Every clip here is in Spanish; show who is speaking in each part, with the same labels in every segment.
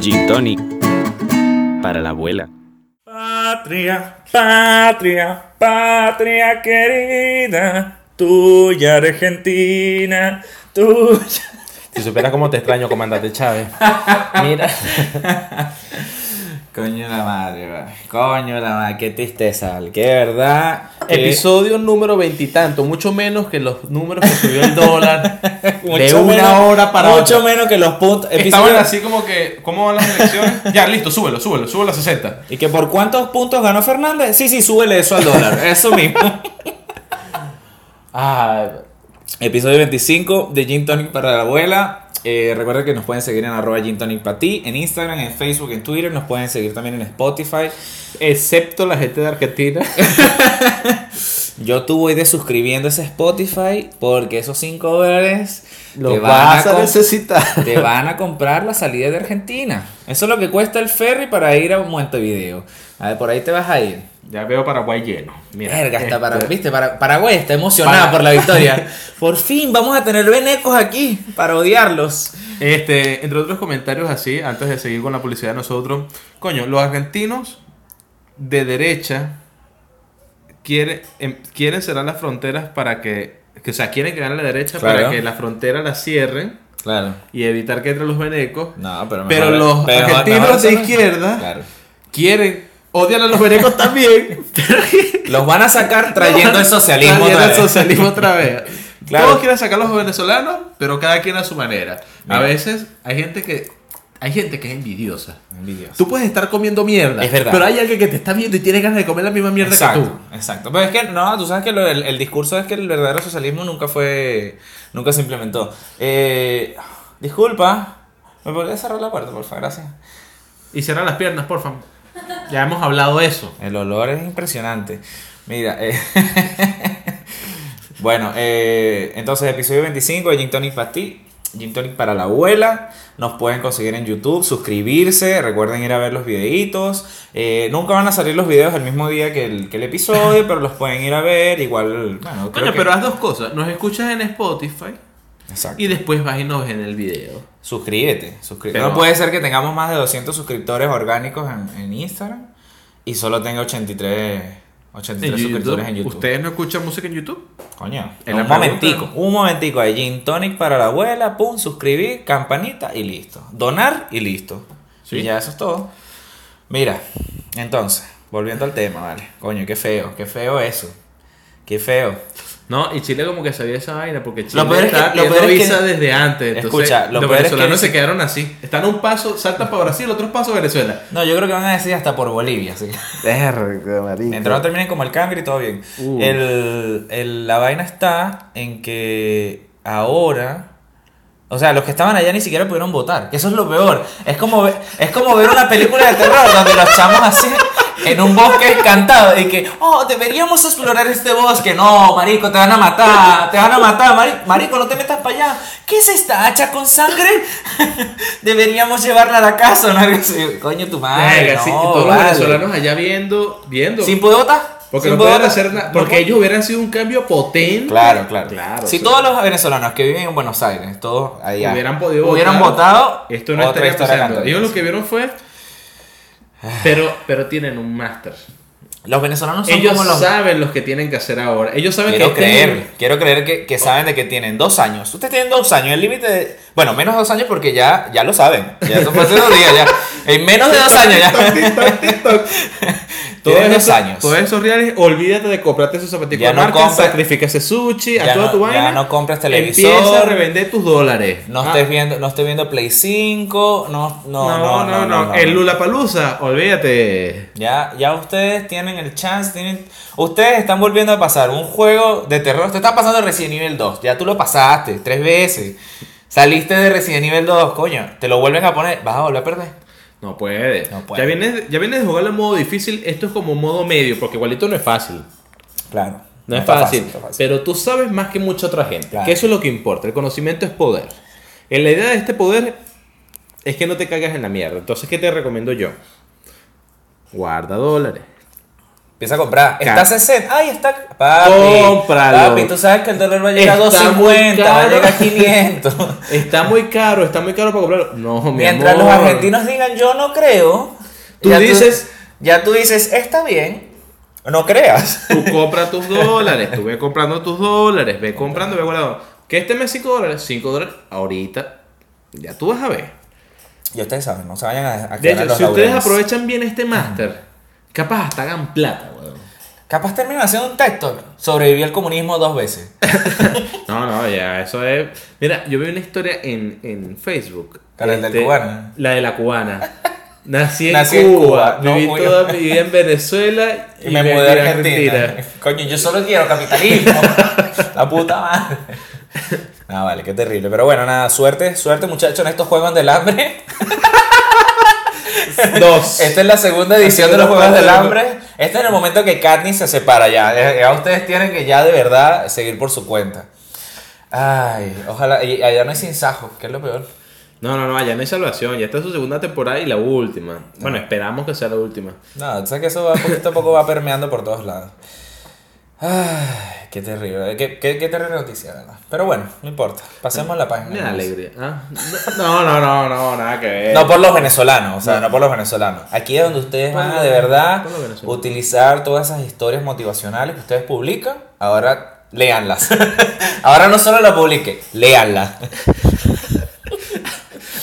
Speaker 1: Gin Tonic para la abuela.
Speaker 2: Patria, patria, patria querida, tuya Argentina, tuya.
Speaker 3: Si supieras cómo te extraño, comandante Chávez. Mira.
Speaker 4: Coño la madre, va. coño la madre, qué tristeza, vale. qué verdad. qué-
Speaker 3: Episodio número veintitanto, mucho menos que los números que subió el dólar de
Speaker 4: Mucho
Speaker 3: una
Speaker 4: menos-
Speaker 3: hora para
Speaker 4: Mucho
Speaker 3: otra.
Speaker 4: menos que los puntos.
Speaker 5: Estaban así como que, ¿cómo van las elecciones? Ya, listo, súbelo, súbelo, súbelo a 60.
Speaker 4: ¿Y que por cuántos puntos ganó Fernández? Sí, sí, súbele eso al dólar, eso mismo.
Speaker 3: Ah,
Speaker 4: Episodio 25 de Gin Tonic para la abuela. Eh, recuerda que nos pueden seguir en arroba Gin Tonic para ti, en Instagram, en Facebook, en Twitter. Nos pueden seguir también en Spotify.
Speaker 3: excepto la gente de Argentina.
Speaker 4: Yo tú voy de suscribiendo ese Spotify porque esos 5 dólares
Speaker 3: Lo
Speaker 4: te
Speaker 3: vas a
Speaker 4: comp-
Speaker 3: necesitar.
Speaker 4: te van a comprar la salida de Argentina. Eso es lo que cuesta el ferry para ir a Montevideo. A ver, por ahí te vas a ir.
Speaker 5: Ya veo Paraguay lleno. Mira,
Speaker 4: Verga, hasta
Speaker 5: este,
Speaker 4: para, ¿viste? Para, Paraguay está emocionada
Speaker 3: Para-
Speaker 4: por la victoria. por fin vamos a tener venecos aquí para odiarlos.
Speaker 5: Este, entre otros comentarios así, antes de seguir con la publicidad de nosotros, coño, los argentinos de derecha quieren, em, quieren cerrar las fronteras para que, que, o sea, quieren que gane la derecha para
Speaker 4: Claro.
Speaker 5: que la frontera la cierren
Speaker 4: Claro.
Speaker 5: y evitar que entren los venecos.
Speaker 4: No, pero
Speaker 5: Pero
Speaker 4: mejor-
Speaker 5: los
Speaker 4: pero mejor-
Speaker 5: argentinos
Speaker 4: mejor
Speaker 5: de
Speaker 4: eso no.
Speaker 5: izquierda
Speaker 4: Claro.
Speaker 5: quieren odiar a los venecos también,
Speaker 4: Los van a sacar trayendo el socialismo.
Speaker 5: Trayendo
Speaker 4: otra
Speaker 5: el
Speaker 4: vez.
Speaker 5: socialismo otra vez.
Speaker 4: Claro.
Speaker 5: Todos quieren sacar a los venezolanos, pero cada quien a su manera.
Speaker 4: Mira.
Speaker 5: A veces hay gente que hay gente que es envidiosa.
Speaker 4: Envidioso.
Speaker 5: Tú puedes estar comiendo mierda,
Speaker 4: Es verdad.
Speaker 5: pero hay alguien que te está viendo y tiene ganas de comer la misma mierda
Speaker 4: exacto,
Speaker 5: que tú.
Speaker 4: Exacto. Pero es que no, tú sabes que lo- el, el discurso es que el verdadero socialismo nunca fue. Nunca se implementó. Eh, disculpa. ¿Me podrías cerrar la puerta, por favor? Gracias.
Speaker 5: Y cierra las piernas, por favor. Ya hemos hablado de eso.
Speaker 4: El olor es impresionante. Mira, eh, bueno, eh, entonces episodio 25 de Gin Tonic para ti, Gin Tonic para la abuela. Nos pueden conseguir en YouTube, suscribirse, recuerden ir a ver los videitos. Eh, nunca van a salir los videos el mismo día que el, que el episodio, pero los pueden ir a ver. Igual, bueno, creo que-
Speaker 5: Coño, pero haz dos cosas. Nos escuchas en Spotify
Speaker 4: Exacto.
Speaker 5: y después vas y nos ves en el video.
Speaker 4: Suscríbete, suscríbete.
Speaker 5: Pero-
Speaker 4: No puede ser que tengamos más de 200 suscriptores orgánicos en, en Instagram y solo tenga 83, 83 suscriptores en YouTube.
Speaker 5: ¿Ustedes no escuchan música en YouTube?
Speaker 4: Coño,
Speaker 5: Es la
Speaker 4: un
Speaker 5: pregunta,
Speaker 4: momentico,
Speaker 5: ¿no?
Speaker 4: un momentico ahí, gin tonic para la abuela, pum, suscribir, campanita y listo. Donar y listo.
Speaker 5: Sí.
Speaker 4: Y ya eso es todo. Mira, entonces, volviendo al tema, vale. Coño, qué feo, qué feo eso. Qué feo.
Speaker 5: No, y Chile como que sabía esa vaina porque Chile
Speaker 4: Lo peor es que-
Speaker 5: estaba
Speaker 4: lo peor
Speaker 5: pidiendo
Speaker 4: es que-
Speaker 5: visa desde antes. Entonces,
Speaker 4: Escucha, lo
Speaker 5: los
Speaker 4: peor es que-
Speaker 5: venezolanos se quedaron así. Están un paso, saltan para Brasil, otros pasos Venezuela.
Speaker 4: No, yo creo que van a decir hasta por Bolivia, así que. Mientras no Uh. terminen como el cangre y todo bien. El- el- la vaina está en que ahora. O sea, los que estaban allá ni siquiera pudieron votar. que Eso es lo peor. Es como, ve- es como ver una película de terror donde los chamos así en un bosque encantado. Y que, oh, deberíamos explorar este bosque. No, marico, te van a matar. Te van a matar, mari- marico, no te metas para allá. ¿Qué es esta hacha con sangre? deberíamos llevarla a la casa. ¿no? Algo así. Coño, tu madre.
Speaker 5: Verga,
Speaker 4: no,
Speaker 5: sí, y todos
Speaker 4: vale.
Speaker 5: los venezolanos allá viendo, viendo.
Speaker 4: ¿Sin poder votar?
Speaker 5: porque
Speaker 4: ¿Sin
Speaker 5: no
Speaker 4: poder
Speaker 5: pueden
Speaker 4: votar?
Speaker 5: hacer nada. Porque ellos hubieran sido un cambio potente.
Speaker 4: Claro, claro.
Speaker 5: Claro,
Speaker 4: si
Speaker 5: sí.
Speaker 4: todos los venezolanos que viven en Buenos Aires, todos allá,
Speaker 5: Hubieran podido
Speaker 4: hubieran
Speaker 5: votar,
Speaker 4: votado,
Speaker 5: Esto no
Speaker 4: otra
Speaker 5: estaría
Speaker 4: historia
Speaker 5: pasando.
Speaker 4: cantante.
Speaker 5: Ellos lo que vieron fue. Pero, pero tienen un máster.
Speaker 4: Los venezolanos son
Speaker 5: Ellos
Speaker 4: como los...
Speaker 5: saben los que tienen que hacer ahora. Ellos saben
Speaker 4: Quiero
Speaker 5: que este
Speaker 4: creer,
Speaker 5: tienen-
Speaker 4: quiero creer que, que saben de que tienen dos años. Ustedes tienen dos años, el límite de... Bueno, menos dos años porque ya, ya lo saben. Ya eso fue hace dos días, ya. En menos de dos años ya.
Speaker 5: Todos
Speaker 4: Tienen dos
Speaker 5: esos,
Speaker 4: años.
Speaker 5: todos esos reales, olvídate de comprarte esos zapaticos
Speaker 4: Ya
Speaker 5: de
Speaker 4: no
Speaker 5: marca,
Speaker 4: compras-
Speaker 5: sacrifica ese sushi,
Speaker 4: Ya
Speaker 5: a toda
Speaker 4: no-
Speaker 5: tu
Speaker 4: ya
Speaker 5: vaina.
Speaker 4: no compras
Speaker 5: Empieza a
Speaker 4: televisor.
Speaker 5: revender tus dólares.
Speaker 4: No,
Speaker 5: Ah,
Speaker 4: estés viendo, no estés viendo Play 5, no, no,
Speaker 5: no, no, no, El Lula Palusa, olvídate.
Speaker 4: Ya, ya ustedes tienen el chance, tienen... Ustedes están volviendo a pasar un juego de terror. Te está pasando Resident Evil 2. Ya tú lo pasaste tres veces. Saliste de Resident Evil 2, coño. Te lo vuelven a poner. Vas a volver a perder.
Speaker 5: No puede.
Speaker 4: No puede.
Speaker 5: ya, vienes, ya vienes de jugarlo en modo difícil. Esto es como modo medio, porque igualito no es fácil.
Speaker 4: Claro.
Speaker 5: No, es
Speaker 4: está
Speaker 5: fácil,
Speaker 4: está fácil.
Speaker 5: Pero tú sabes más que mucha otra gente.
Speaker 4: Claro.
Speaker 5: Que eso es lo que importa. El conocimiento es poder. Eh, La idea de este poder es que no te caigas en la mierda. Entonces, ¿qué te recomiendo yo? Guarda dólares.
Speaker 4: Empieza a comprar. Está
Speaker 5: Ca-
Speaker 4: a 60. Ay, está. Papi.
Speaker 6: Cómpralo.
Speaker 4: Papi, tú sabes que el dólar va a llegar
Speaker 6: Está
Speaker 4: a 250,
Speaker 6: muy
Speaker 4: va a
Speaker 6: caro.
Speaker 4: llegar a 500.
Speaker 6: Está muy caro, está muy caro para comprarlo. No, mi
Speaker 4: Mientras
Speaker 6: amor.
Speaker 4: los argentinos digan yo no creo.
Speaker 6: Tú
Speaker 4: ya
Speaker 6: dices-
Speaker 4: ya tú dices, está bien. No creas.
Speaker 5: Tú compras tus dólares, tú ve comprando tus dólares, ve comprando, ve guardando. Que este mes 5 dólares, 5 dólares, ahorita, ya tú vas a ver.
Speaker 4: Y ustedes saben, no se vayan a, a
Speaker 5: De
Speaker 4: quedar en
Speaker 5: hecho,
Speaker 4: los
Speaker 5: si ustedes
Speaker 4: laureles.
Speaker 5: aprovechan bien este máster, capaz hasta hagan plata, weón.
Speaker 4: Capaz terminan haciendo un texto. Sobrevivió el comunismo dos veces.
Speaker 5: No, no, ya, eso es. Mira, yo vi una historia en, en Facebook. Este,
Speaker 4: ¿Cuál, el del cubano?
Speaker 5: La de la cubana. Nací en
Speaker 4: Nací en
Speaker 5: Cuba,
Speaker 4: Cuba, no,
Speaker 5: viví
Speaker 4: muy-
Speaker 5: toda mi vida en Venezuela
Speaker 4: Y me
Speaker 5: vendí
Speaker 4: mudé a Argentina. Coño, yo solo quiero capitalismo. la puta madre. Ah, vale, qué terrible. Pero bueno, nada, suerte, suerte muchachos en estos Juegos del Hambre.
Speaker 5: Dos.
Speaker 4: Esta es la segunda edición de los
Speaker 5: Haciendo
Speaker 4: Juegos del
Speaker 5: la-
Speaker 4: Hambre. Este es el momento que Katniss se separa ya. Ya- Ya ustedes tienen que ya de verdad seguir por su cuenta. Ay, ojalá. Y allá no hay sinsajo, que es lo peor.
Speaker 5: No, no, no, ya no hay salvación. Ya esta es su segunda temporada y la última. Bueno,
Speaker 4: Ah.
Speaker 5: esperamos que sea la última.
Speaker 4: No, tú sabes que eso va, poquito a poco va permeando por todos lados. Ay, qué terrible. Qué, qué- qué terrible noticia, ¿verdad? Pero bueno, no importa. Pasemos la página.
Speaker 5: Me da alegría. ¿ah? No, no, no, no, nada que ver.
Speaker 4: No por los venezolanos, o sea, no por los venezolanos. Aquí es donde ustedes van a de verdad
Speaker 5: por los venezolanos.
Speaker 4: utilizar todas esas historias motivacionales que ustedes publican. Ahora léanlas. Ahora no solo las publiquen, léanlas.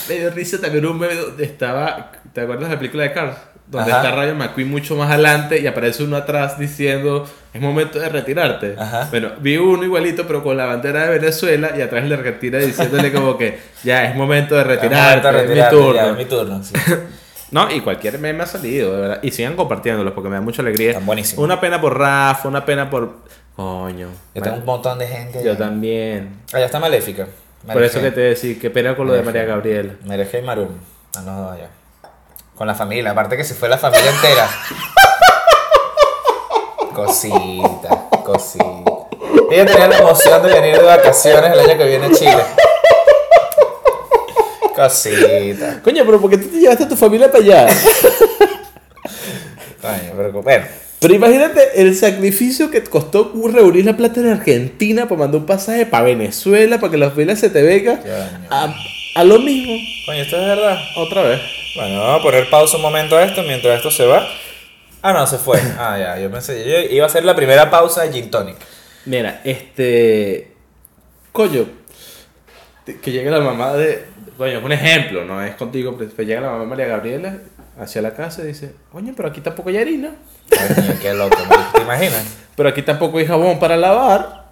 Speaker 5: Me dio risa también un meme donde estaba. ¿Te acuerdas de la película de Cars? Donde
Speaker 4: Ajá.
Speaker 5: está Rayo McQueen mucho más adelante y aparece uno atrás diciendo: Es momento de retirarte.
Speaker 4: Ajá.
Speaker 5: Bueno, vi uno igualito, pero con la bandera de Venezuela y atrás el de Argentina diciéndole como que ya es momento de retirarte,
Speaker 4: Ahora,
Speaker 5: es mi
Speaker 4: retirarte,
Speaker 5: turno.
Speaker 4: ya, es mi turno, sí.
Speaker 5: No, y cualquier meme ha salido, de verdad. Y sigan compartiéndolos porque me da mucha alegría.
Speaker 4: Están buenísimos.
Speaker 5: Una pena por Rafa, una pena por. Coño.
Speaker 4: Yo tengo un montón de gente.
Speaker 5: Yo
Speaker 4: allá.
Speaker 5: también.
Speaker 4: Allá está Maléfica.
Speaker 5: Por eso
Speaker 4: Maléfica.
Speaker 5: que te decía, qué pena con lo de María Gabriela.
Speaker 4: Merejé y Marum. A los dos allá. Con la familia, aparte que se fue la familia entera. Cosita, cosita. Ella tenía la emoción de venir de vacaciones el año que viene a Chile. Cosita.
Speaker 6: Coño, pero ¿por qué tú te llevaste a tu familia para allá?
Speaker 4: Coño, pero bueno.
Speaker 6: Pero imagínate el sacrificio que costó reunir la plata en Argentina para mandar un pasaje para Venezuela, para que la familia se te venga.
Speaker 4: Coño.
Speaker 5: Ah.
Speaker 6: A, a lo mismo,
Speaker 4: Coño, esto es verdad.
Speaker 6: otra vez.
Speaker 4: Bueno, vamos a poner pausa un momento a esto mientras esto se va. Ah, no, se fue. Ah, ya, yo pensé. Yo iba a hacer la primera pausa de Gin Tonic.
Speaker 6: Mira, este.
Speaker 5: Coño, te- que llegue la mamá de. Coño, es un ejemplo, no es contigo, pero pero llega la mamá de María Gabriela hacia la casa y dice: Coño, pero aquí tampoco hay harina,
Speaker 4: Coño, qué loco, marico, ¿te imaginas?
Speaker 5: pero aquí tampoco hay jabón para lavar.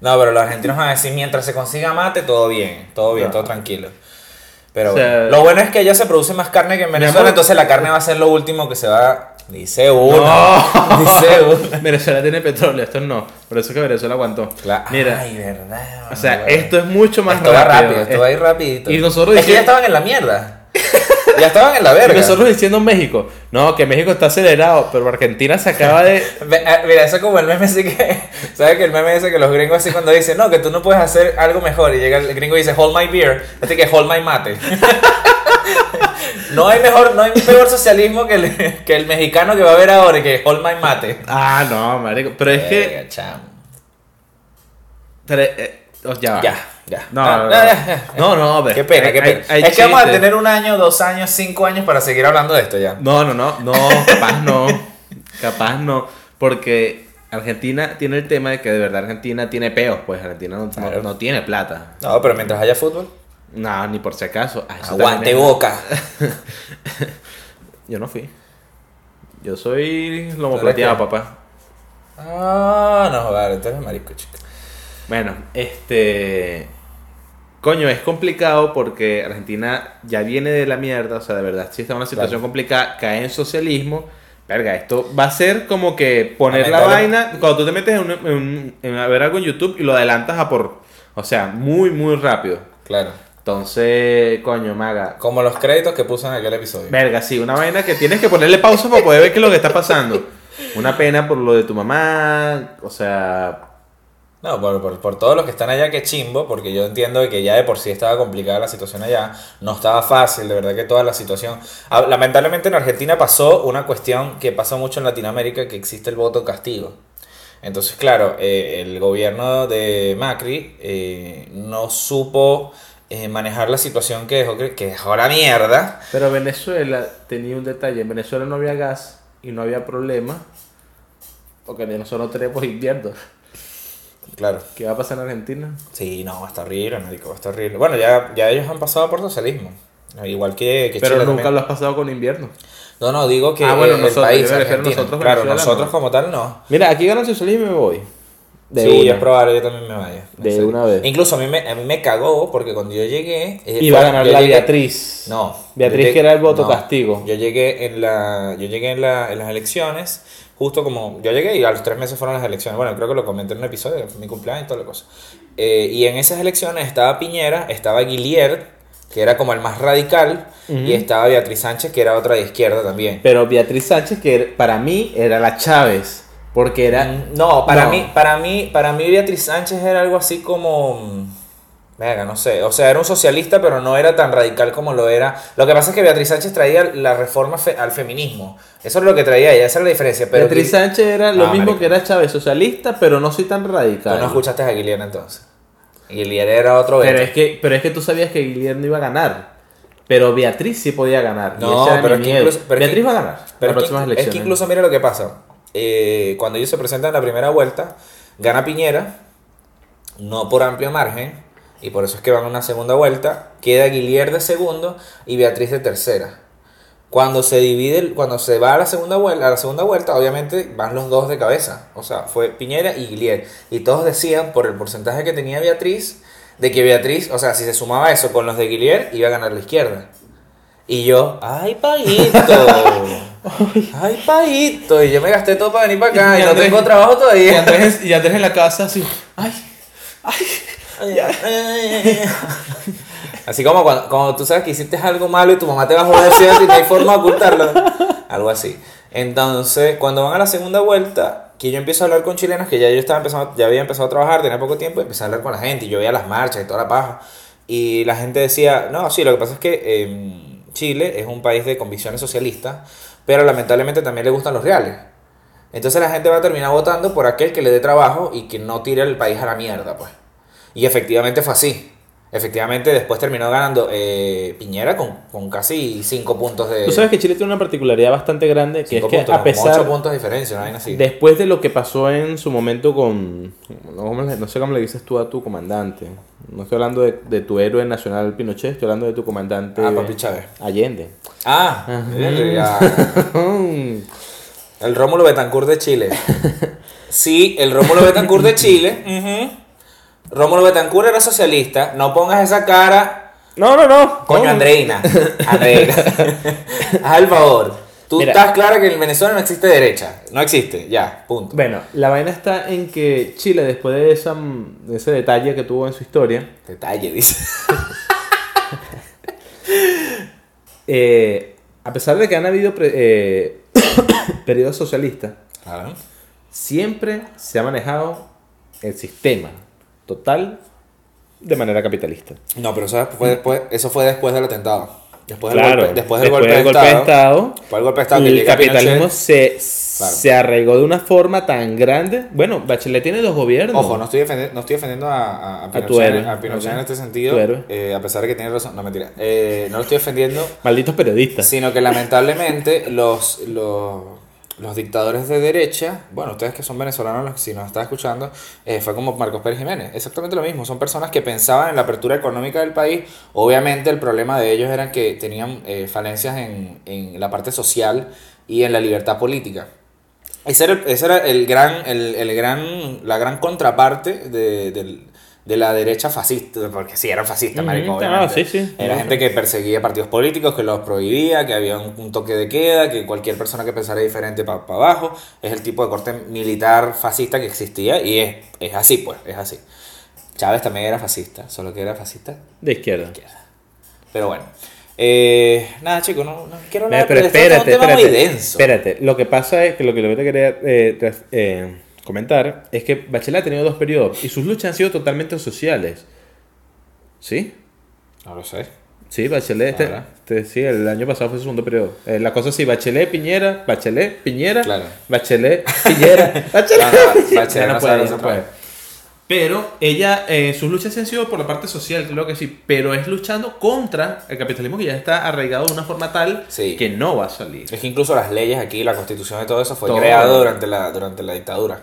Speaker 4: No, pero los argentinos van a decir, mientras se consiga mate, todo bien, todo bien,
Speaker 5: No.
Speaker 4: todo tranquilo. Pero
Speaker 5: O sea-
Speaker 4: bueno, lo bueno es que allá se produce más carne que en Venezuela,
Speaker 5: amor-
Speaker 4: entonces la carne va a ser lo último que se va... Dice uno, dice uno.
Speaker 5: Venezuela tiene petróleo, esto no. Por eso es que Venezuela aguantó.
Speaker 4: Cla-
Speaker 5: Mira,
Speaker 4: Ay, verdad.
Speaker 5: o sea,
Speaker 4: Ah, bueno.
Speaker 5: esto es mucho más
Speaker 4: Esto va
Speaker 5: rápido.
Speaker 4: rápido, esto va a ir rapidito.
Speaker 5: y nosotros
Speaker 4: es que ya
Speaker 5: diciendo-
Speaker 4: estaban en la mierda. ya estaban en la verga.
Speaker 5: Y nosotros diciendo México, no, que México está acelerado, pero Argentina se acaba de.
Speaker 4: Ve- ah, Mira, eso es como el meme así que. ¿Sabes que el meme dice que los gringos así cuando dicen, no, que tú no puedes hacer algo mejor? Y llega el gringo y dice, hold my beer. Así que hold my mate. no hay mejor, no hay peor socialismo que el, que el mexicano que va a ver ahora y que hold my mate.
Speaker 5: Ah, no, marico. Pero es que.
Speaker 4: Verga, chamo.
Speaker 5: pero, eh, oh, ya. va.
Speaker 4: Ya, ya.
Speaker 5: No,
Speaker 4: Ah,
Speaker 5: no,
Speaker 4: ah,
Speaker 5: no.
Speaker 4: ah, ah.
Speaker 5: no, no, ve.
Speaker 4: Qué pena, qué
Speaker 5: Hay-
Speaker 4: pena.
Speaker 5: hay
Speaker 4: es que vamos a
Speaker 5: chistes.
Speaker 4: tener un año, dos años, cinco años para seguir hablando de esto ya.
Speaker 5: No, no, no, no, capaz no. capaz no. Porque Argentina tiene el tema de que de verdad Argentina tiene peos, pues Argentina no, no-
Speaker 4: Claro.
Speaker 5: no tiene plata.
Speaker 4: No, pero mientras haya fútbol,
Speaker 5: No, ni por si acaso. Ah, eso
Speaker 4: aguante
Speaker 5: también es-
Speaker 4: boca.
Speaker 5: Yo no fui. Yo soy
Speaker 4: ¿Tú
Speaker 5: lomo
Speaker 4: eres
Speaker 5: plateado,
Speaker 4: qué?
Speaker 5: papá.
Speaker 4: Ah, no, vale, tú eres marico, chico.
Speaker 5: Bueno, este. Coño, es complicado porque Argentina ya viene de la mierda, o sea, de verdad, sí está en una situación
Speaker 4: Claro.
Speaker 5: complicada, cae en socialismo. Verga, esto va a ser como que poner la
Speaker 4: Lamentable.
Speaker 5: vaina, cuando tú te metes en, un- en un- en a ver algo en YouTube y lo adelantas a por, o sea, muy, muy rápido.
Speaker 4: Claro.
Speaker 5: Entonces, coño, maga.
Speaker 4: Como los créditos que puso en aquel episodio.
Speaker 5: Verga, sí, una vaina que tienes que ponerle pausa para poder ver qué es lo que está pasando. Una pena por lo de tu mamá, o sea,
Speaker 4: No, por, por, por todos los que están allá, que chimbo, porque yo entiendo de que ya de por sí estaba complicada la situación allá, no estaba fácil, de verdad que toda la situación. Ah, Lamentablemente en Argentina pasó una cuestión que pasa mucho en Latinoamérica, que existe el voto castigo. Entonces, claro, eh, el gobierno de Macri eh, no supo eh, manejar la situación que dejó, que que dejó la mierda.
Speaker 5: Pero Venezuela tenía un detalle. En Venezuela no había gas y no había problema. Porque nosotros no tenemos invierno.
Speaker 4: Claro.
Speaker 5: ¿Qué va a pasar en Argentina?
Speaker 4: Sí, no, está horrible, marico, está horrible. Bueno, ya, ya ellos han pasado por socialismo. Igual que, que
Speaker 5: Pero
Speaker 4: Chile
Speaker 5: nunca
Speaker 4: también.
Speaker 5: lo has pasado con invierno.
Speaker 4: No, no, digo que
Speaker 5: Ah, bueno,
Speaker 4: el
Speaker 5: nosotros,
Speaker 4: país,
Speaker 5: yo me refiero a
Speaker 4: Argentina.
Speaker 5: nosotros,
Speaker 4: claro,
Speaker 5: venezolanos.
Speaker 4: nosotros como tal no.
Speaker 5: Mira, aquí gana el socialismo y me voy. De
Speaker 4: sí,
Speaker 5: una.
Speaker 4: es probable, yo también me vaya. en
Speaker 5: De
Speaker 4: serio.
Speaker 5: una vez.
Speaker 4: Incluso a mí me, a mí me cagó porque cuando yo llegué... eh,
Speaker 5: Iba a
Speaker 4: fue-
Speaker 5: ganar
Speaker 4: yo
Speaker 5: la
Speaker 4: llegué-
Speaker 5: Beatriz.
Speaker 4: No.
Speaker 5: Beatriz,
Speaker 4: Yo lleg-
Speaker 5: que era el voto castigo.
Speaker 4: Yo llegué en la. Yo llegué en, la, en las elecciones. Justo como. Yo llegué y a los tres meses fueron las elecciones. Bueno, creo que lo comenté en un episodio, mi cumpleaños y toda la cosa. Eh, y en esas elecciones estaba Piñera, estaba Guillier, que era como el más radical, y estaba Beatriz Sánchez, que era otra de izquierda también.
Speaker 5: Pero Beatriz Sánchez, que er- para mí era la Chávez. Porque era.
Speaker 4: No, para
Speaker 5: Mm. No.
Speaker 4: mí, para mí, para mí Beatriz Sánchez era algo así como. mm, Verga, no sé. O sea, era un socialista, pero no era tan radical como lo era. Lo que pasa es que Beatriz Sánchez traía la reforma fe- al feminismo. Eso es lo que traía ella, esa era la diferencia. Pero
Speaker 5: Beatriz
Speaker 4: Gui-
Speaker 5: Sánchez era lo
Speaker 4: Ah,
Speaker 5: mismo
Speaker 4: marico.
Speaker 5: que era Chávez, socialista, pero no soy tan
Speaker 4: Tú
Speaker 5: radical.
Speaker 4: no escuchaste a Guillermo entonces. Guillermo era otro
Speaker 5: Pero
Speaker 4: Beto.
Speaker 5: es que, pero es que tú sabías que Guillermo iba a ganar. Pero Beatriz sí podía ganar. y
Speaker 4: No,
Speaker 5: ese era
Speaker 4: pero
Speaker 5: mi
Speaker 4: es que
Speaker 5: miedo.
Speaker 4: incluso- pero es que-
Speaker 5: Beatriz va a ganar
Speaker 4: Pero
Speaker 5: las
Speaker 4: es que,
Speaker 5: próximas
Speaker 4: inclu-
Speaker 5: elecciones.
Speaker 4: es que incluso mira lo que pasa. Eh, cuando ellos se presentan en la primera vuelta, gana Piñera, no por amplio margen, y por eso es que van a una segunda vuelta, queda Guillier de segundo y Beatriz de tercera. Cuando se divide, el- cuando se va a la segunda vuelta, a la segunda vuelta, obviamente van los dos de cabeza. O sea, fue Piñera y Guillier. Y todos decían, por el porcentaje que tenía Beatriz, de que Beatriz, o sea, si se sumaba eso con los de Guillier, iba a ganar la izquierda. Y yo, ay, paito. ay, paito. Y yo me gasté todo para venir para acá y no
Speaker 7: Andrés-
Speaker 4: tengo trabajo
Speaker 7: Y
Speaker 4: todavía.
Speaker 7: Andrés, y Andrés en la casa así. Ay, ay.
Speaker 4: Así como cuando, como tú sabes que hiciste algo malo y tu mamá te va a joder ¿cierto? y no hay forma de ocultarlo. Algo así. Entonces, cuando van a la segunda vuelta, que yo empiezo a hablar con chilenos, que ya yo estaba empezando, ya había empezado a trabajar, tenía poco tiempo, y empecé a hablar con la gente, y yo veía las marchas y toda la paja. Y la gente decía, no, sí, lo que pasa es que eh, Chile es un país de convicciones socialistas, pero lamentablemente también le gustan los reales. Entonces la gente va a terminar votando por aquel que le dé trabajo y que no tire el país a la mierda, pues. Y efectivamente fue así. Efectivamente después terminó ganando eh, Piñera con, con casi 5 puntos de...
Speaker 5: Tú sabes que Chile tiene una particularidad bastante grande, que es
Speaker 4: cinco
Speaker 5: que
Speaker 4: puntos,
Speaker 5: a
Speaker 4: no, como ocho
Speaker 5: pesar,
Speaker 4: puntos de diferencia, una vaina así.
Speaker 5: después de lo que pasó en su momento con, no, ¿cómo le- no sé cómo le dices tú a tu comandante, no estoy hablando de, de tu héroe nacional Pinochet, estoy hablando de tu comandante
Speaker 4: Ah, papi Chávez.
Speaker 5: Allende.
Speaker 4: Ah, verga. el Rómulo Betancourt de Chile. Sí, el Rómulo Betancourt de Chile. Ujú. Rómulo Betancourt era socialista. No pongas esa cara
Speaker 5: No, no, no.
Speaker 4: Coño,
Speaker 5: No.
Speaker 4: Andreina. Andreina. Haz el favor. Tú
Speaker 5: Mira.
Speaker 4: estás clara que en Venezuela no existe derecha. No existe, ya, punto.
Speaker 5: Bueno, la vaina está en que Chile, después de, esa, de ese detalle que tuvo en su historia,
Speaker 4: Detalle, dice.
Speaker 5: Eh, a pesar de que han habido pre- eh, periodos socialistas,
Speaker 4: Claro.
Speaker 5: siempre se ha manejado el sistema total de manera capitalista.
Speaker 4: No, pero eso fue después, eso fue después del atentado. Después del golpe, después del
Speaker 5: después
Speaker 4: golpe,
Speaker 5: del golpe de Estado,
Speaker 4: Después del golpe de Estado que
Speaker 5: el
Speaker 4: llega
Speaker 5: capitalismo
Speaker 4: Pinochet.
Speaker 5: se, se arraigó de una forma tan grande. Bueno, Bachelet tiene dos gobiernos.
Speaker 4: Ojo, no estoy, defendi- no estoy defendiendo a, a, a Pinochet,
Speaker 5: tu héroe.
Speaker 4: a Pinochet
Speaker 5: Ok.
Speaker 4: en este
Speaker 5: Tu
Speaker 4: sentido.
Speaker 5: héroe.
Speaker 4: eh, a pesar de que tiene razón. No, mentira. Eh, no lo estoy defendiendo.
Speaker 5: Malditos periodistas.
Speaker 4: Sino que lamentablemente los, los, los dictadores de derecha, bueno, ustedes que son venezolanos, los que si nos están escuchando, eh, fue como Marcos Pérez Jiménez. Exactamente lo mismo. Son personas que pensaban en la apertura económica del país. Obviamente el problema de ellos era que tenían eh, falencias en, en la parte social y en la libertad política. Ese era, ese era el gran, el, el gran, la gran contraparte de, del- de la derecha fascista, porque sí, eran fascistas,
Speaker 5: Ujú,
Speaker 4: marico,
Speaker 5: ah,
Speaker 4: obviamente.
Speaker 5: sí, sí.
Speaker 4: Era gente que perseguía partidos políticos, que los prohibía, que había un, un toque de queda, que cualquier persona que pensara diferente para abajo. Es el tipo de corte militar fascista que existía y es, es así, pues, es así. Chávez también era fascista, solo que era fascista.
Speaker 5: De izquierda.
Speaker 4: Pero bueno. Eh, nada, chicos, no, no quiero hablar
Speaker 5: Mira, Eh, pero
Speaker 4: de esto, esto es
Speaker 5: espérate,
Speaker 4: un tema muy
Speaker 5: espérate,
Speaker 4: denso.
Speaker 5: espérate. Lo que pasa es que lo que yo te quería eh, tras- eh, comentar es que Bachelet ha tenido dos periodos y sus luchas han sido totalmente sociales. ¿Sí?
Speaker 4: No lo sé.
Speaker 5: Sí, Bachelet. este-
Speaker 4: Ahora.
Speaker 5: este- sí, el año pasado fue su segundo periodo. Eh, la cosa sí, Bachelet, Piñera, Bachelet, Piñera,
Speaker 4: Claro.
Speaker 5: Bachelet, Piñera, Bachelet.
Speaker 4: No, no,
Speaker 5: Piñera.
Speaker 4: Bachelet
Speaker 5: Ya
Speaker 4: no
Speaker 5: puede,
Speaker 4: sale,
Speaker 5: ya
Speaker 4: no
Speaker 5: no puede.
Speaker 4: sale.
Speaker 5: Pero ella, eh, sus luchas sí han sido por la parte social, creo que sí, pero es luchando contra el capitalismo que ya está arraigado de una forma tal
Speaker 4: Sí.
Speaker 5: que no va a salir.
Speaker 4: Es que incluso las leyes aquí, la constitución y todo eso fue
Speaker 5: Todo.
Speaker 4: creado durante la, durante la dictadura.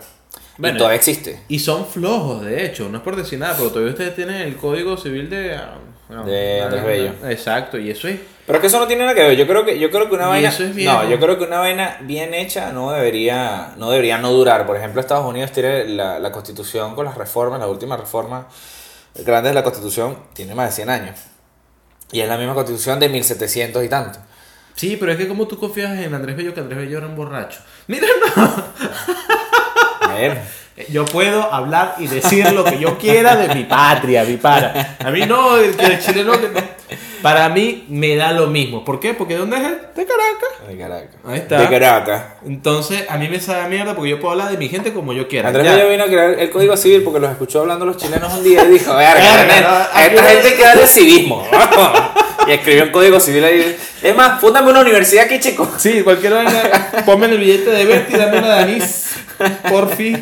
Speaker 5: Bueno.
Speaker 4: y todavía existe.
Speaker 5: Y son flojos, de hecho, no es por decir nada, pero todavía ustedes tienen el código civil de. ah, no,
Speaker 4: De Andrés Bello.
Speaker 5: Exacto, y eso es.
Speaker 4: Pero es que eso no tiene nada que ver. Yo creo que, yo creo que una
Speaker 5: Y
Speaker 4: vaina.
Speaker 5: eso es bien.
Speaker 4: no, yo creo que una vaina bien hecha no debería, no debería no durar. Por ejemplo, Estados Unidos tiene la, la constitución con las reformas, la última reforma grande de la constitución tiene más de 100 años. Y es la misma constitución de 1700 y tanto.
Speaker 5: Sí, pero es que como tú confías en Andrés Bello, que Andrés Bello era un borracho. Mira, no.
Speaker 4: A ver.
Speaker 5: Eh, Yo puedo hablar y decir lo que yo quiera de mi patria, mi para. A mí no, el, el chileno. que- Para mí me da lo mismo. ¿Por qué? Porque ¿dónde es él? De Caracas.
Speaker 4: De Caracas.
Speaker 5: Ahí está.
Speaker 4: De Caracas.
Speaker 5: Entonces, a mí me sabe mierda porque yo puedo hablar de mi gente como yo quiera.
Speaker 4: Andrés
Speaker 5: Ya.
Speaker 4: Bello vino a crear el Código Civil porque los escuchó hablando los chilenos un día y dijo, verga,
Speaker 5: Verga,
Speaker 4: men,
Speaker 5: no,
Speaker 4: a
Speaker 5: aquí
Speaker 4: esta
Speaker 5: no-
Speaker 4: gente hay que darle civismo. y escribió el Código Civil ahí. Es más, fúndame una universidad aquí, chicos.
Speaker 5: Sí, cualquier vaina. Ponme el billete de Betty, dame una de anís. Porfi.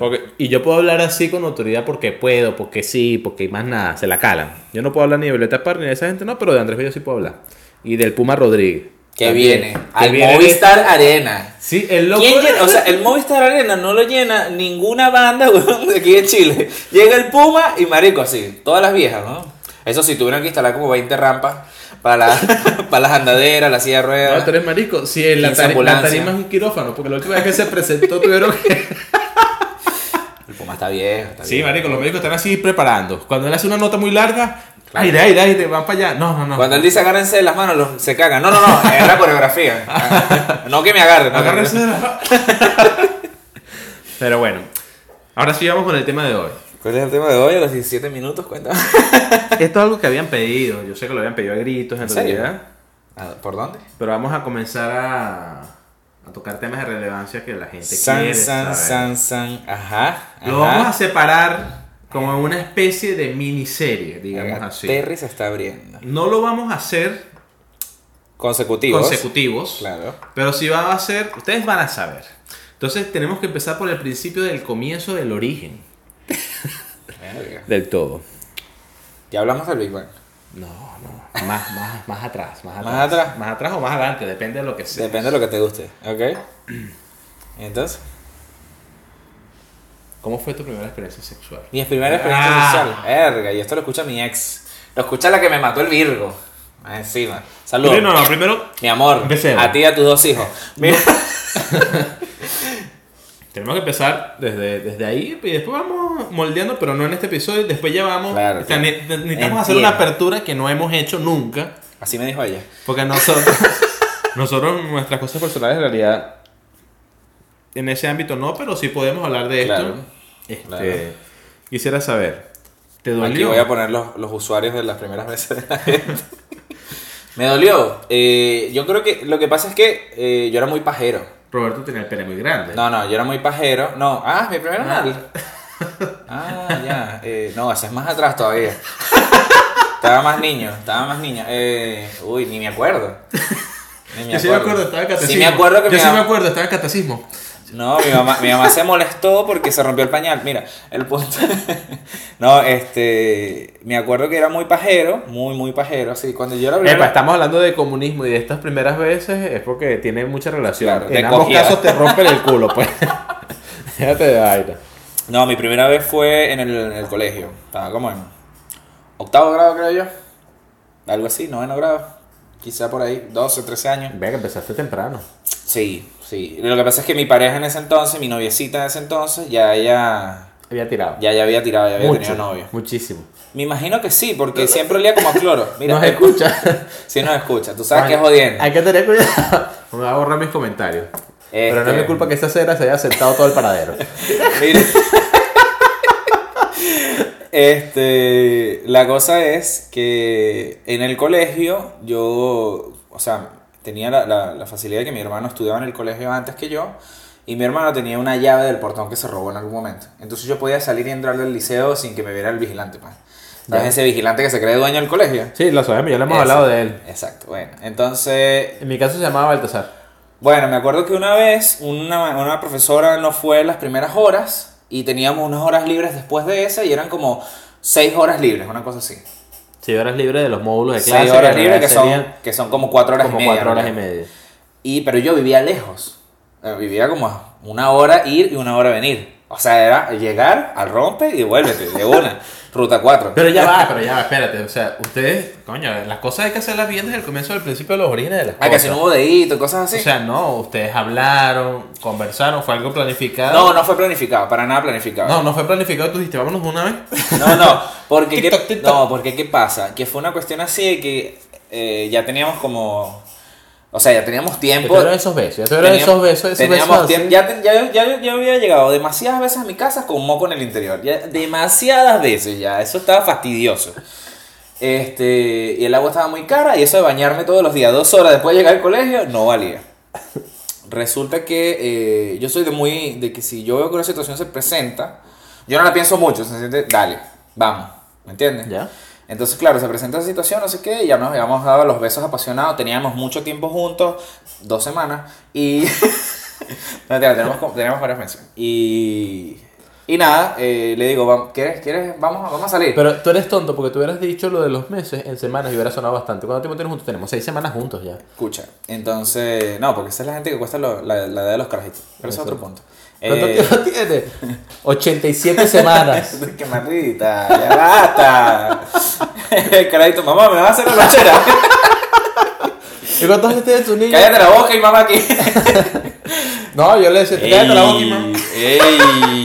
Speaker 5: Porque- y yo puedo hablar así con autoridad porque puedo, porque sí, porque más nada, se la calan. Yo no puedo hablar ni de Violeta Parra ni de esa gente, no, pero de Andrés Bello sí puedo hablar. Y del Puma Rodríguez.
Speaker 4: que
Speaker 5: También.
Speaker 4: viene
Speaker 5: Que
Speaker 4: al
Speaker 5: viene de-
Speaker 4: Movistar Arena.
Speaker 5: Sí, el loco.
Speaker 4: ¿Quién llena? O sea, el Movistar Arena no lo llena ninguna banda weón, de aquí de Chile. Llega el Puma y marico así, todas las viejas, ¿no? Eso sí, tuvieron que instalar como 20 rampas para, la- para las andaderas, la silla de ruedas.
Speaker 5: No, tú eres marico. Si en la,
Speaker 4: Quince
Speaker 5: tari- la
Speaker 4: ambulancias.
Speaker 5: tarima es un quirófano, porque la última vez que se presentó tuvieron que.
Speaker 4: El Puma está viejo. Está
Speaker 5: Sí,
Speaker 4: viejo.
Speaker 5: marico, los médicos están así preparando. Cuando él hace una nota muy larga, aire, aire, aire, van para allá. No, no, no.
Speaker 4: Cuando él dice agárrense de las manos, los- se cagan. No, no, no, es la coreografía. Ah, No que me agarren. no que me
Speaker 5: Agárrense de la- Pero bueno, ahora sí vamos con el tema de hoy.
Speaker 4: ¿Cuál es el tema de hoy? A los 17 minutos, cuenta.
Speaker 5: Esto es algo que habían pedido, yo sé que lo habían pedido a gritos en,
Speaker 4: ¿En serio?
Speaker 5: realidad,
Speaker 4: Ah, ¿Por dónde?
Speaker 5: pero vamos a comenzar a, a tocar temas de relevancia que la gente
Speaker 4: San,
Speaker 5: quiere
Speaker 4: san,
Speaker 5: saber.
Speaker 4: san, san. Ajá.
Speaker 5: Lo vamos a
Speaker 4: ajá.
Speaker 5: separar como en una especie de miniserie, digamos
Speaker 4: Verga,
Speaker 5: así.
Speaker 4: Terry se está abriendo.
Speaker 5: No lo vamos a hacer
Speaker 4: Consecutivos.
Speaker 5: consecutivos,
Speaker 4: Claro.
Speaker 5: pero si va a ser, ustedes van a saber. Entonces tenemos que empezar por el principio del comienzo del origen.
Speaker 4: Verga.
Speaker 5: Del todo.
Speaker 4: Ya hablamos del Big Bang.
Speaker 5: No, no. Más, más, más atrás, más atrás.
Speaker 4: Más atrás.
Speaker 5: Más atrás o más adelante, depende de lo que sea.
Speaker 4: Depende de lo que te guste. ¿Ok? Entonces,
Speaker 5: ¿Cómo fue tu primera experiencia sexual?
Speaker 4: mi primera experiencia
Speaker 5: Ah.
Speaker 4: sexual. Verga, y esto lo escucha mi ex. Lo escucha la que me mató el Virgo. Ah, Encima. Saludos.
Speaker 5: Primero, no, primero
Speaker 4: Mi amor,
Speaker 5: Empecemos.
Speaker 4: a ti y a tus dos hijos. Mira.
Speaker 5: tenemos que empezar desde, desde ahí y después vamos moldeando, pero no en este episodio. Después ya vamos.
Speaker 4: Claro,
Speaker 5: o sea,
Speaker 4: claro.
Speaker 5: ne- ne- necesitamos hacer una
Speaker 4: Entiendo.
Speaker 5: apertura que no hemos hecho nunca.
Speaker 4: Así me dijo ella.
Speaker 5: Porque nosotros, nosotros nuestras cosas personales en realidad en ese ámbito no, pero sí podemos hablar de esto.
Speaker 4: Claro,
Speaker 5: Este,
Speaker 4: claro.
Speaker 5: Quisiera saber, ¿te
Speaker 4: Aquí
Speaker 5: dolió?
Speaker 4: voy a poner los, los usuarios de las primeras veces de la gente. Me dolió. Eh, yo creo que lo que pasa es que eh, yo era muy pajero.
Speaker 5: Roberto tenía el pene muy grande.
Speaker 4: No, no, yo era muy pajero. No, ah, mi primer anal. Ah, ya. Eh, no, ese es más atrás todavía. Estaba más niño, estaba más niño. Eh, uy, ni me acuerdo. Ni
Speaker 5: Yo sí me acuerdo, estaba en catecismo.
Speaker 4: Sí me acuerdo que
Speaker 5: Yo
Speaker 4: mi
Speaker 5: sí me
Speaker 4: mamá-
Speaker 5: acuerdo, estaba en catecismo.
Speaker 4: No, mi mamá, mi mamá se molestó porque se rompió el pañal. Mira, el punto. No, este. Me acuerdo que era muy pajero, muy, muy pajero. Así, cuando yo era
Speaker 5: Epa, estamos hablando de comunismo y de estas primeras veces es porque tiene mucha relación.
Speaker 4: Claro,
Speaker 5: en
Speaker 4: de
Speaker 5: ambos
Speaker 4: cogida.
Speaker 5: casos te rompen el culo, pues. Déjate de vaina.
Speaker 4: No, mi primera vez fue en el, en el colegio. Estaba como en octavo grado, creo yo. Algo así, noveno grado. Quizá por ahí, 12, 13 años.
Speaker 5: Ve que empezaste temprano.
Speaker 4: Sí, sí. Lo que pasa es que mi pareja en ese entonces, mi noviecita en ese entonces, ya ella.
Speaker 5: Había tirado.
Speaker 4: Ya, ya había tirado, ya había
Speaker 5: Mucho,
Speaker 4: tenido novio.
Speaker 5: Muchísimo.
Speaker 4: Me imagino que sí, porque siempre olía como a cloro. Mira,
Speaker 5: Nos escucha.
Speaker 4: Si nos escucha, tú sabes que es
Speaker 5: Bueno,
Speaker 4: jodiendo.
Speaker 5: Hay que tener cuidado. Me va a borrar mis comentarios. Pero no es
Speaker 4: Este-
Speaker 5: mi culpa que esa cera se haya sentado todo el paradero.
Speaker 4: Mira. este, la cosa es que en el colegio yo, o sea, tenía la, la- la facilidad de que mi hermano estudiaba en el colegio antes que yo Y mi hermano tenía una llave del portón que se robó en algún momento. Entonces yo podía salir y entrar del liceo sin que me viera el vigilante, pues. ¿Sabes ese vigilante que se cree dueño del colegio?
Speaker 5: Sí, lo sabemos, ya lo hemos
Speaker 4: Ese.
Speaker 5: hablado de él.
Speaker 4: Exacto, bueno. Entonces,
Speaker 5: En mi caso se llamaba Baltasar.
Speaker 4: Bueno, me acuerdo que una vez una, una profesora no fue en las primeras horas y teníamos unas horas libres después de esa y eran como seis horas libres, una cosa así.
Speaker 5: Si horas libres de los módulos de clase.
Speaker 4: Seis horas
Speaker 5: que
Speaker 4: libres que son,
Speaker 5: serían
Speaker 4: que son como cuatro horas
Speaker 5: como
Speaker 4: y media.
Speaker 5: cuatro
Speaker 4: ¿no?
Speaker 5: horas y media.
Speaker 4: Y- pero yo vivía lejos. Eh, Vivía como a una hora ir y una hora venir. O sea, era llegar al rompe y vuélvete de una. Ruta 4.
Speaker 5: Pero ya va, pero
Speaker 7: ya, espérate, o sea, ustedes, coño, las cosas hay que hacerlas bien desde el comienzo, del principio de los orígenes de las
Speaker 4: Hay Ah, que hacer un bodeguito y cosas así.
Speaker 7: O sea, no, ustedes hablaron, conversaron, fue algo planificado.
Speaker 4: no, no fue planificado, para nada planificado.
Speaker 7: No, no fue planificado, tú dijiste, vámonos una vez.
Speaker 4: No, no, porque,
Speaker 7: TikTok,
Speaker 4: qué,
Speaker 7: TikTok.
Speaker 4: No, porque ¿qué pasa? Que fue una cuestión así de que eh, ya teníamos como... O sea, ya teníamos
Speaker 5: Ya
Speaker 4: tiempo...
Speaker 5: tuvieron esos besos, ya tuvieron
Speaker 4: teníamos-
Speaker 5: esos besos, esos
Speaker 4: teníamos
Speaker 5: besos
Speaker 4: tiempo-
Speaker 5: así.
Speaker 4: ya, ten- ya, ya- ya había llegado demasiadas veces a mi casa con moco en el interior. ya demasiadas veces ya. Eso estaba fastidioso. Este, y el agua estaba muy cara y eso de bañarme todos los días, dos horas después de llegar al colegio, no valía. Resulta que eh, yo soy de muy. de que si yo veo que una situación se presenta, yo no la pienso mucho, se siente, dale, vamos, ¿me entiendes?
Speaker 5: Ya.
Speaker 4: Entonces, claro, se presenta esa situación, no sé qué, ya nos habíamos dado los besos apasionados, teníamos mucho tiempo juntos, dos semanas, y. no, mentira, tenemos, como- tenemos varios meses. Y. Y nada, eh, le digo, "Vam- ¿quieres, quieres, vamos, a- vamos a salir?
Speaker 5: Pero tú eres tonto porque tú hubieras dicho lo de los meses en semanas y hubiera sonado bastante. ¿Cuánto tiempo tienen juntos? Tenemos seis semanas juntos ya.
Speaker 4: Escucha, entonces, no, porque esa es la gente que cuesta lo- la, la edad de los carajitos. Pero ese es otro punto.
Speaker 5: ¿Cuánto
Speaker 4: Eh,
Speaker 5: tiempo tiene? 87 semanas.
Speaker 4: ¡Qué maldita! ¡Ya basta! El carajito, mamá, me vas a hacer la lonchera.
Speaker 5: ¿Y cuántos años tiene tu niño?
Speaker 4: Cállate la boca y mamá aquí.
Speaker 5: No, yo le decía, cállate la boca, mamá.
Speaker 4: ¡Ey!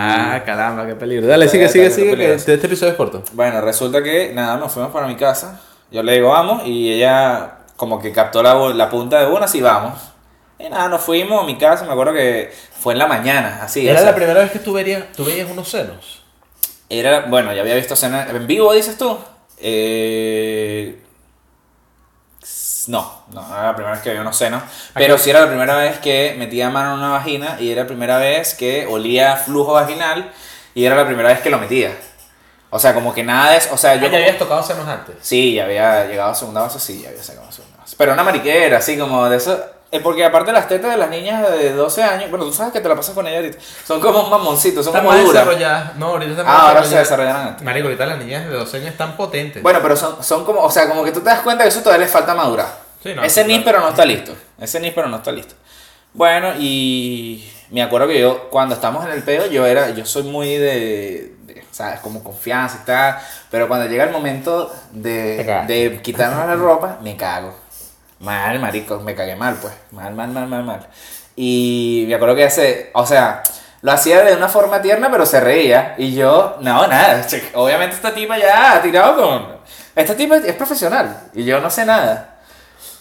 Speaker 5: Ah, caramba, qué peligro. Dale, sigue,
Speaker 4: Dale,
Speaker 5: sigue,
Speaker 4: dale,
Speaker 5: sigue,
Speaker 4: no
Speaker 5: que
Speaker 4: peleas.
Speaker 5: este este episodio es corto.
Speaker 4: Bueno, resulta que nada, nos fuimos para mi casa. Yo le digo, vamos, y ella como que captó la, bo- la punta de una, así vamos. Y nada, nos fuimos a mi casa, me acuerdo que fue en la mañana, así.
Speaker 7: Era
Speaker 4: o sea,
Speaker 7: la primera vez que tú verías, tú veías unos senos.
Speaker 4: Ah, Era, bueno, ya había visto escena en vivo, dices tú. Eh, no, no, no era la primera vez que veía unos senos. Pero sí era la primera vez que metía mano en una vagina y era la primera vez que olía flujo vaginal y era la primera vez que lo metía. O sea, como que nada es. O sea,
Speaker 7: Ah, Ya
Speaker 4: yo.
Speaker 7: te
Speaker 4: como-
Speaker 7: habías tocado senos antes.
Speaker 4: Sí, ya había llegado a segunda base, sí, ya había sacado a segunda base. Pero una mariquera, así como de eso. eh, Porque aparte las tetas de las niñas de 12 años, bueno, tú sabes que te la pasas con ellas ahorita, son como un mamoncito, son
Speaker 7: Están
Speaker 4: como
Speaker 7: más
Speaker 4: duras.
Speaker 7: desarrolladas. No, ahorita están más
Speaker 4: Ah, ahora se
Speaker 7: desarrolladas.
Speaker 4: desarrollan antes.
Speaker 7: Marico, ahorita las niñas de 12 años están potentes.
Speaker 4: Bueno, pero son, son como, o sea, como que tú te das cuenta que eso todavía le falta madurar.
Speaker 7: Sí, no,
Speaker 4: Ese
Speaker 7: claro.
Speaker 4: níspero no está listo. Ese níspero no está listo. Bueno, y me acuerdo que yo, cuando estamos en el peo, yo era, yo soy muy de, de, ¿sabes? Como confianza y tal. Pero cuando llega el momento
Speaker 5: Te
Speaker 4: de,
Speaker 5: cagas.
Speaker 4: de quitarnos la ropa, me cago. Mal, marico, me cagué mal, pues. Mal, mal, mal, mal, mal. Y me acuerdo que hace, o sea, lo hacía de una forma tierna, pero se reía. Y yo, no, nada. che, Obviamente esta tipa ya ha tirado con... Esta tipa es profesional y yo no sé nada.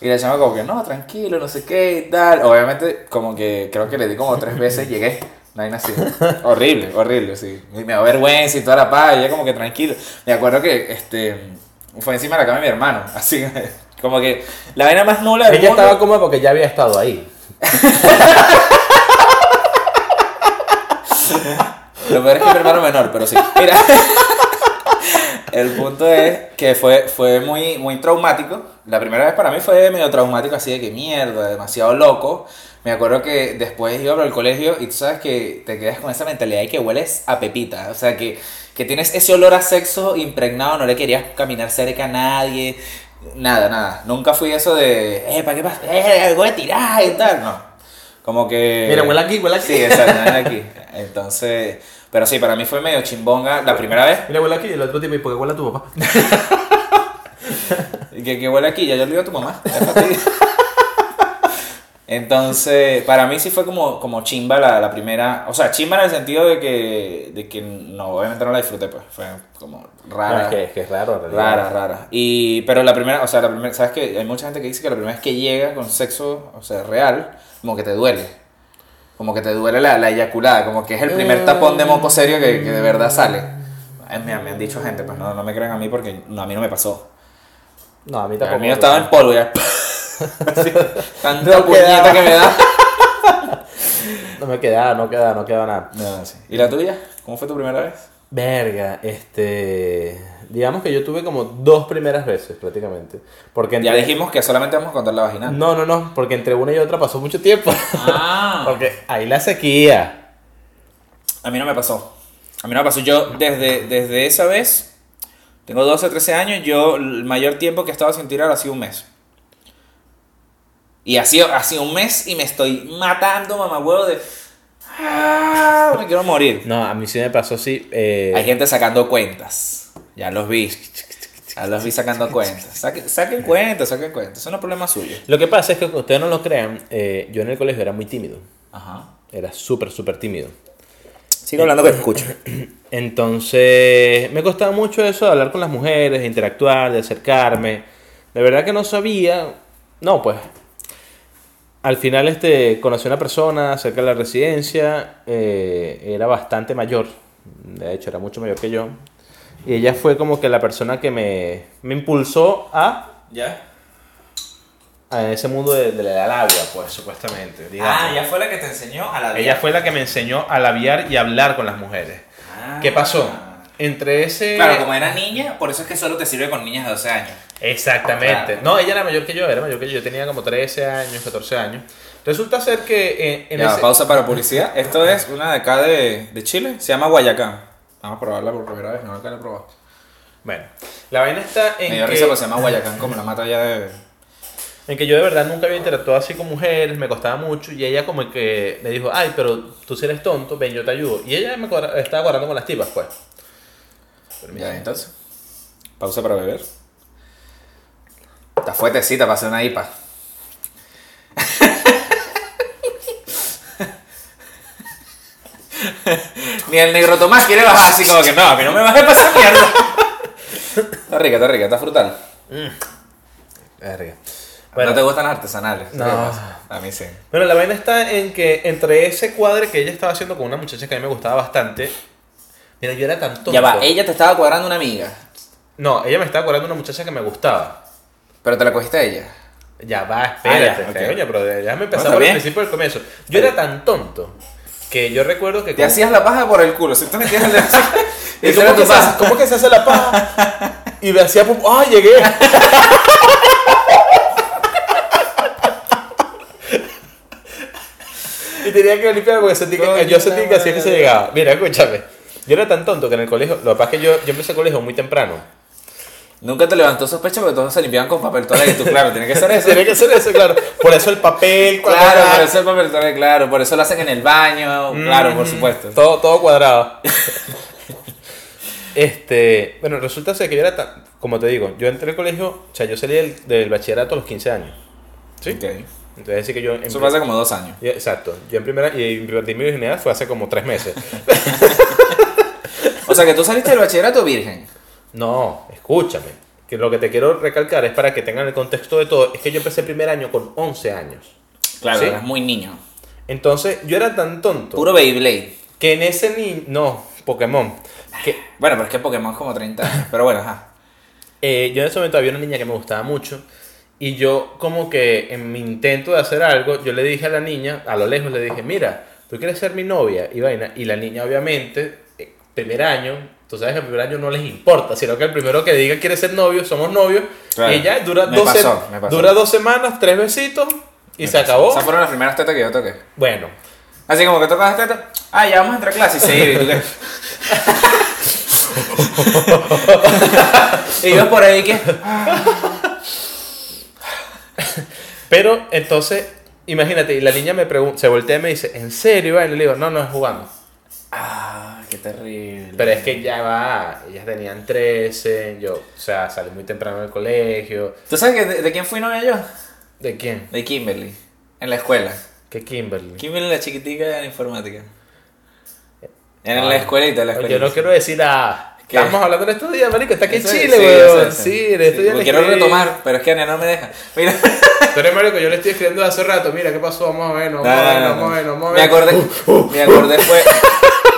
Speaker 4: Y la chama como que, no, tranquilo, no sé qué y tal. Obviamente, como que creo que le di como tres veces y llegué. No hay así. horrible, horrible, sí. Y me da vergüenza y toda la paz. Y ella como que tranquilo. Me acuerdo que este fue encima de la cama de mi hermano. Así como que la vaina más nula del
Speaker 5: Ella
Speaker 4: mundo.
Speaker 5: estaba cómoda porque ya había estado ahí.
Speaker 4: Lo peor es que mi hermano menor, pero sí. Mira. El punto es que fue, fue muy, muy traumático. La primera vez para mí fue medio traumático, así de que mierda, demasiado loco. Me acuerdo que después iba para el colegio y tú sabes que te quedas con esa mentalidad de que hueles a pepita. O sea, que, que tienes ese olor a sexo impregnado, no le querías caminar cerca a nadie. Nada, nada. Nunca fui eso de, eh, ¿para qué pasa? Eh, huele a tirar y tal. No. Como que.
Speaker 5: Mira, huele aquí, huele aquí.
Speaker 4: Sí, exacto, huele aquí. Entonces. Pero sí, para mí fue medio chimbonga la primera vez.
Speaker 5: Mira, huele aquí y el otro tipo, ¿y por qué huele a tu papá?
Speaker 4: Y Que, que huele aquí, ya yo le digo a tu mamá. Ya está aquí. Entonces, para mí sí fue como, como chimba la, la primera. O sea, chimba en el sentido de que, de que no, obviamente no la disfruté, pues. Fue como
Speaker 5: No,
Speaker 4: rara.
Speaker 5: es, que, es que es raro, en realidad.
Speaker 4: Rara, rara. Y, pero la primera, o sea, la primera, sabes que hay mucha gente que dice que la primera vez que llega con sexo, o sea, real, como que te duele. Como que te duele la, la eyaculada, como que es el primer tapón de moco serio que, que de verdad sale. Ay, mira, me han dicho gente, pues no, no me crean a mí porque no, a mí no me pasó.
Speaker 5: No, a mí tampoco.
Speaker 4: El mío estaba en polvo ya. Sí, tanta
Speaker 5: No
Speaker 4: puñeta
Speaker 5: quedaba.
Speaker 4: que me da.
Speaker 5: No me queda, no queda, no queda nada.
Speaker 4: No, sí. ¿Y la tuya? ¿Cómo fue tu primera vez?
Speaker 5: Verga, este. Digamos que yo tuve como dos primeras veces prácticamente. Porque
Speaker 4: Ya
Speaker 5: entre-
Speaker 4: dijimos que solamente vamos a contar la vagina.
Speaker 5: No, no, no, porque entre una y otra pasó mucho tiempo.
Speaker 4: Ah,
Speaker 5: porque ahí la sequía.
Speaker 4: a mí no me pasó. A mí no me pasó. Yo desde, desde esa vez, tengo 12 o 13 años, yo el mayor tiempo que he estado sin tirar ha sido un mes. Y ha sido, ha sido un mes y me estoy matando, mamá huevo, de... Ah, me quiero morir.
Speaker 5: No, a mí sí me pasó así. eh,
Speaker 4: Hay gente sacando cuentas. Ya los vi. Ya los vi sacando cuentas. Saquen, saquen cuentas, saquen cuentas. Eso no es problema suyo.
Speaker 5: Lo que pasa es que, aunque ustedes no lo crean, eh, yo en el colegio era muy tímido.
Speaker 4: Ajá.
Speaker 5: Era súper, súper tímido.
Speaker 4: Sigo hablando
Speaker 5: pues,
Speaker 4: que escucho.
Speaker 5: Entonces, me costaba mucho eso de hablar con las mujeres, de interactuar, de acercarme. De verdad que no sabía. No, pues. Al final, este, conocí a una persona cerca de la residencia. eh, era bastante mayor. De hecho, era mucho mayor que yo. Y ella fue como que la persona que me, me impulsó a,
Speaker 4: ¿Ya?
Speaker 5: a ese mundo de, de la edad al agua, pues, supuestamente. digamos.
Speaker 4: Ah, ya fue la que te enseñó a la vida.
Speaker 5: Ella fue la que me enseñó a labiar y a hablar con las mujeres.
Speaker 4: Ah.
Speaker 5: ¿Qué pasó? Entre ese...
Speaker 4: Claro, como era niña, por eso es que solo te sirve con niñas de 12 años.
Speaker 5: Exactamente.
Speaker 4: Claro.
Speaker 5: No, ella era mayor que yo, era mayor que yo. Yo tenía como 13 años, 14 años. Resulta ser que eh, en
Speaker 4: Ya,
Speaker 5: ese-
Speaker 4: pausa para publicidad. Esto es una de acá de, de Chile. Se llama Guayacán. Vamos a probarla por primera vez. No, nunca la he probado.
Speaker 5: Bueno, la vaina está en
Speaker 4: Me dio
Speaker 5: que...
Speaker 4: risa porque se llama Guayacán como la mata ya de...
Speaker 5: En que yo de verdad nunca había interactuado así con mujeres, me costaba mucho, y ella como que me dijo, ay, pero tú si eres tonto, ven, yo te ayudo. Y ella me cuadra- estaba guardando con las tipas, pues.
Speaker 4: Ya, entonces. Pausa para beber. Está fuertecita para hacer una IPA. Ni el negro Tomás quiere bajar así como que no, a mí no me bajes para esa mierda. está rica, está rica, está frutal.
Speaker 5: Verga.
Speaker 4: no te gustan las artesanales.
Speaker 5: No.
Speaker 4: A mí sí.
Speaker 5: Bueno, la vaina está en que entre ese cuadre que ella estaba haciendo con una muchacha que a mí me gustaba bastante, mira, yo era tan tonto.
Speaker 4: Ya va, ella te estaba cuadrando una amiga,
Speaker 5: No, ella me estaba acordando de una muchacha que me gustaba.
Speaker 4: pero te la cogiste a ella.
Speaker 5: Ya va, espérate,
Speaker 4: Ah, ya, ok.
Speaker 5: coño, pero déjame
Speaker 4: No, está
Speaker 5: empezar por el
Speaker 4: bien.
Speaker 5: principio del comienzo. Yo era tan tonto que yo recuerdo que...
Speaker 4: Te hacías la paja por el culo, si tú me entiendes.
Speaker 5: ¿Y
Speaker 4: Esa
Speaker 5: cómo,
Speaker 4: era
Speaker 5: que
Speaker 4: tu
Speaker 5: se,
Speaker 4: paja.
Speaker 5: hace- cómo que se hace la paja? Y me hacía... pum- ¡Ah, llegué! y tenía que limpiar porque sentí que, yo sentí que así es que se llegaba. Mira, escúchame. Yo era tan tonto que en el colegio... Lo que pasa es que yo, yo empecé el colegio muy temprano.
Speaker 4: Nunca te levantó sospecha porque todos se limpiaban con papel toalla y tú, claro, tiene que ser eso.
Speaker 5: Tenía que hacer eso, claro. Por eso el papel... cuando
Speaker 4: Claro,
Speaker 5: era-
Speaker 4: por eso el papel toalla, claro, por eso lo hacen en el baño, claro, por supuesto.
Speaker 5: Todo, todo cuadrado. este, bueno, resulta ser que yo era tan, como te digo, yo entré al colegio, o sea, yo salí del, del bachillerato a los 15 años. ¿Sí?
Speaker 4: Ok.
Speaker 5: Entonces, así que yo... en
Speaker 4: Eso
Speaker 5: pri-
Speaker 4: pasa como dos años.
Speaker 5: y- Exacto. Yo en primera, y en primer- mi virginidad fue hace como tres meses.
Speaker 4: O sea que tú saliste del bachillerato virgen.
Speaker 5: no, escúchame. Que lo que te quiero recalcar es para que tengan el contexto de todo, es que yo empecé el primer año con 11 años.
Speaker 4: Claro,
Speaker 5: ¿Sí?
Speaker 4: eras muy niño.
Speaker 5: Entonces, yo era tan tonto
Speaker 4: Puro Beyblade.
Speaker 5: que en ese niño... No, Pokémon. Que
Speaker 4: Bueno, pero es que Pokémon es como 30 años. Pero bueno, ajá.
Speaker 5: Eh, yo en ese momento había una niña que me gustaba mucho y yo como que en mi intento de hacer algo, yo le dije a la niña, a lo lejos le dije, mira, tú quieres ser mi novia y vaina. Y la niña obviamente, eh, primer año, tú sabes que el primer año no les importa, sino que el primero que diga quiere ser novio, somos novios.
Speaker 4: Claro.
Speaker 5: Y ya dura,
Speaker 4: Me
Speaker 5: dos se-
Speaker 4: pasó, me pasó.
Speaker 5: dura dos semanas, tres besitos y se acabó.
Speaker 4: Esas fueron las primeras tetas que yo toqué.
Speaker 5: Bueno,
Speaker 4: Así como que tocas tetas. Ah, ya vamos a entrar a clase y se iba. Y, tú que- y yo por ahí que.
Speaker 5: pero entonces, imagínate, y la niña me pregunta, se voltea y me dice, ¿en serio? vaina?" Y le digo, no, no, es jugando.
Speaker 4: Ah, qué terrible.
Speaker 5: Pero es que ya va, ellas tenían 13, yo, o sea, salí muy temprano del colegio.
Speaker 4: ¿Tú sabes que de, de quién fui novia yo?
Speaker 5: ¿De quién?
Speaker 4: De Kimberly. En la escuela.
Speaker 5: ¿Qué Kimberly?
Speaker 4: Kimberly la chiquitica de la informática. Era en
Speaker 5: Ay.
Speaker 4: la escuelita, en la escuelita.
Speaker 5: Yo no quiero decir a...
Speaker 4: ¿Qué?
Speaker 5: Estamos hablando del estudio, marico, está aquí en
Speaker 4: Eso es-
Speaker 5: Chile,
Speaker 4: sí,
Speaker 5: weón.
Speaker 4: eso es-
Speaker 5: Sí, el estudio
Speaker 4: Lo
Speaker 5: le
Speaker 4: quiero
Speaker 5: escribí.
Speaker 4: retomar, pero es que Ana no me deja. Mira.
Speaker 5: Tú eres marico, yo le estoy escribiendo hace rato, mira, ¿qué pasó? Vamos a ver, vamos a ver, vamos a ver, vamos a
Speaker 4: Me
Speaker 5: ver. Uh,
Speaker 4: acordé, me acordé fue,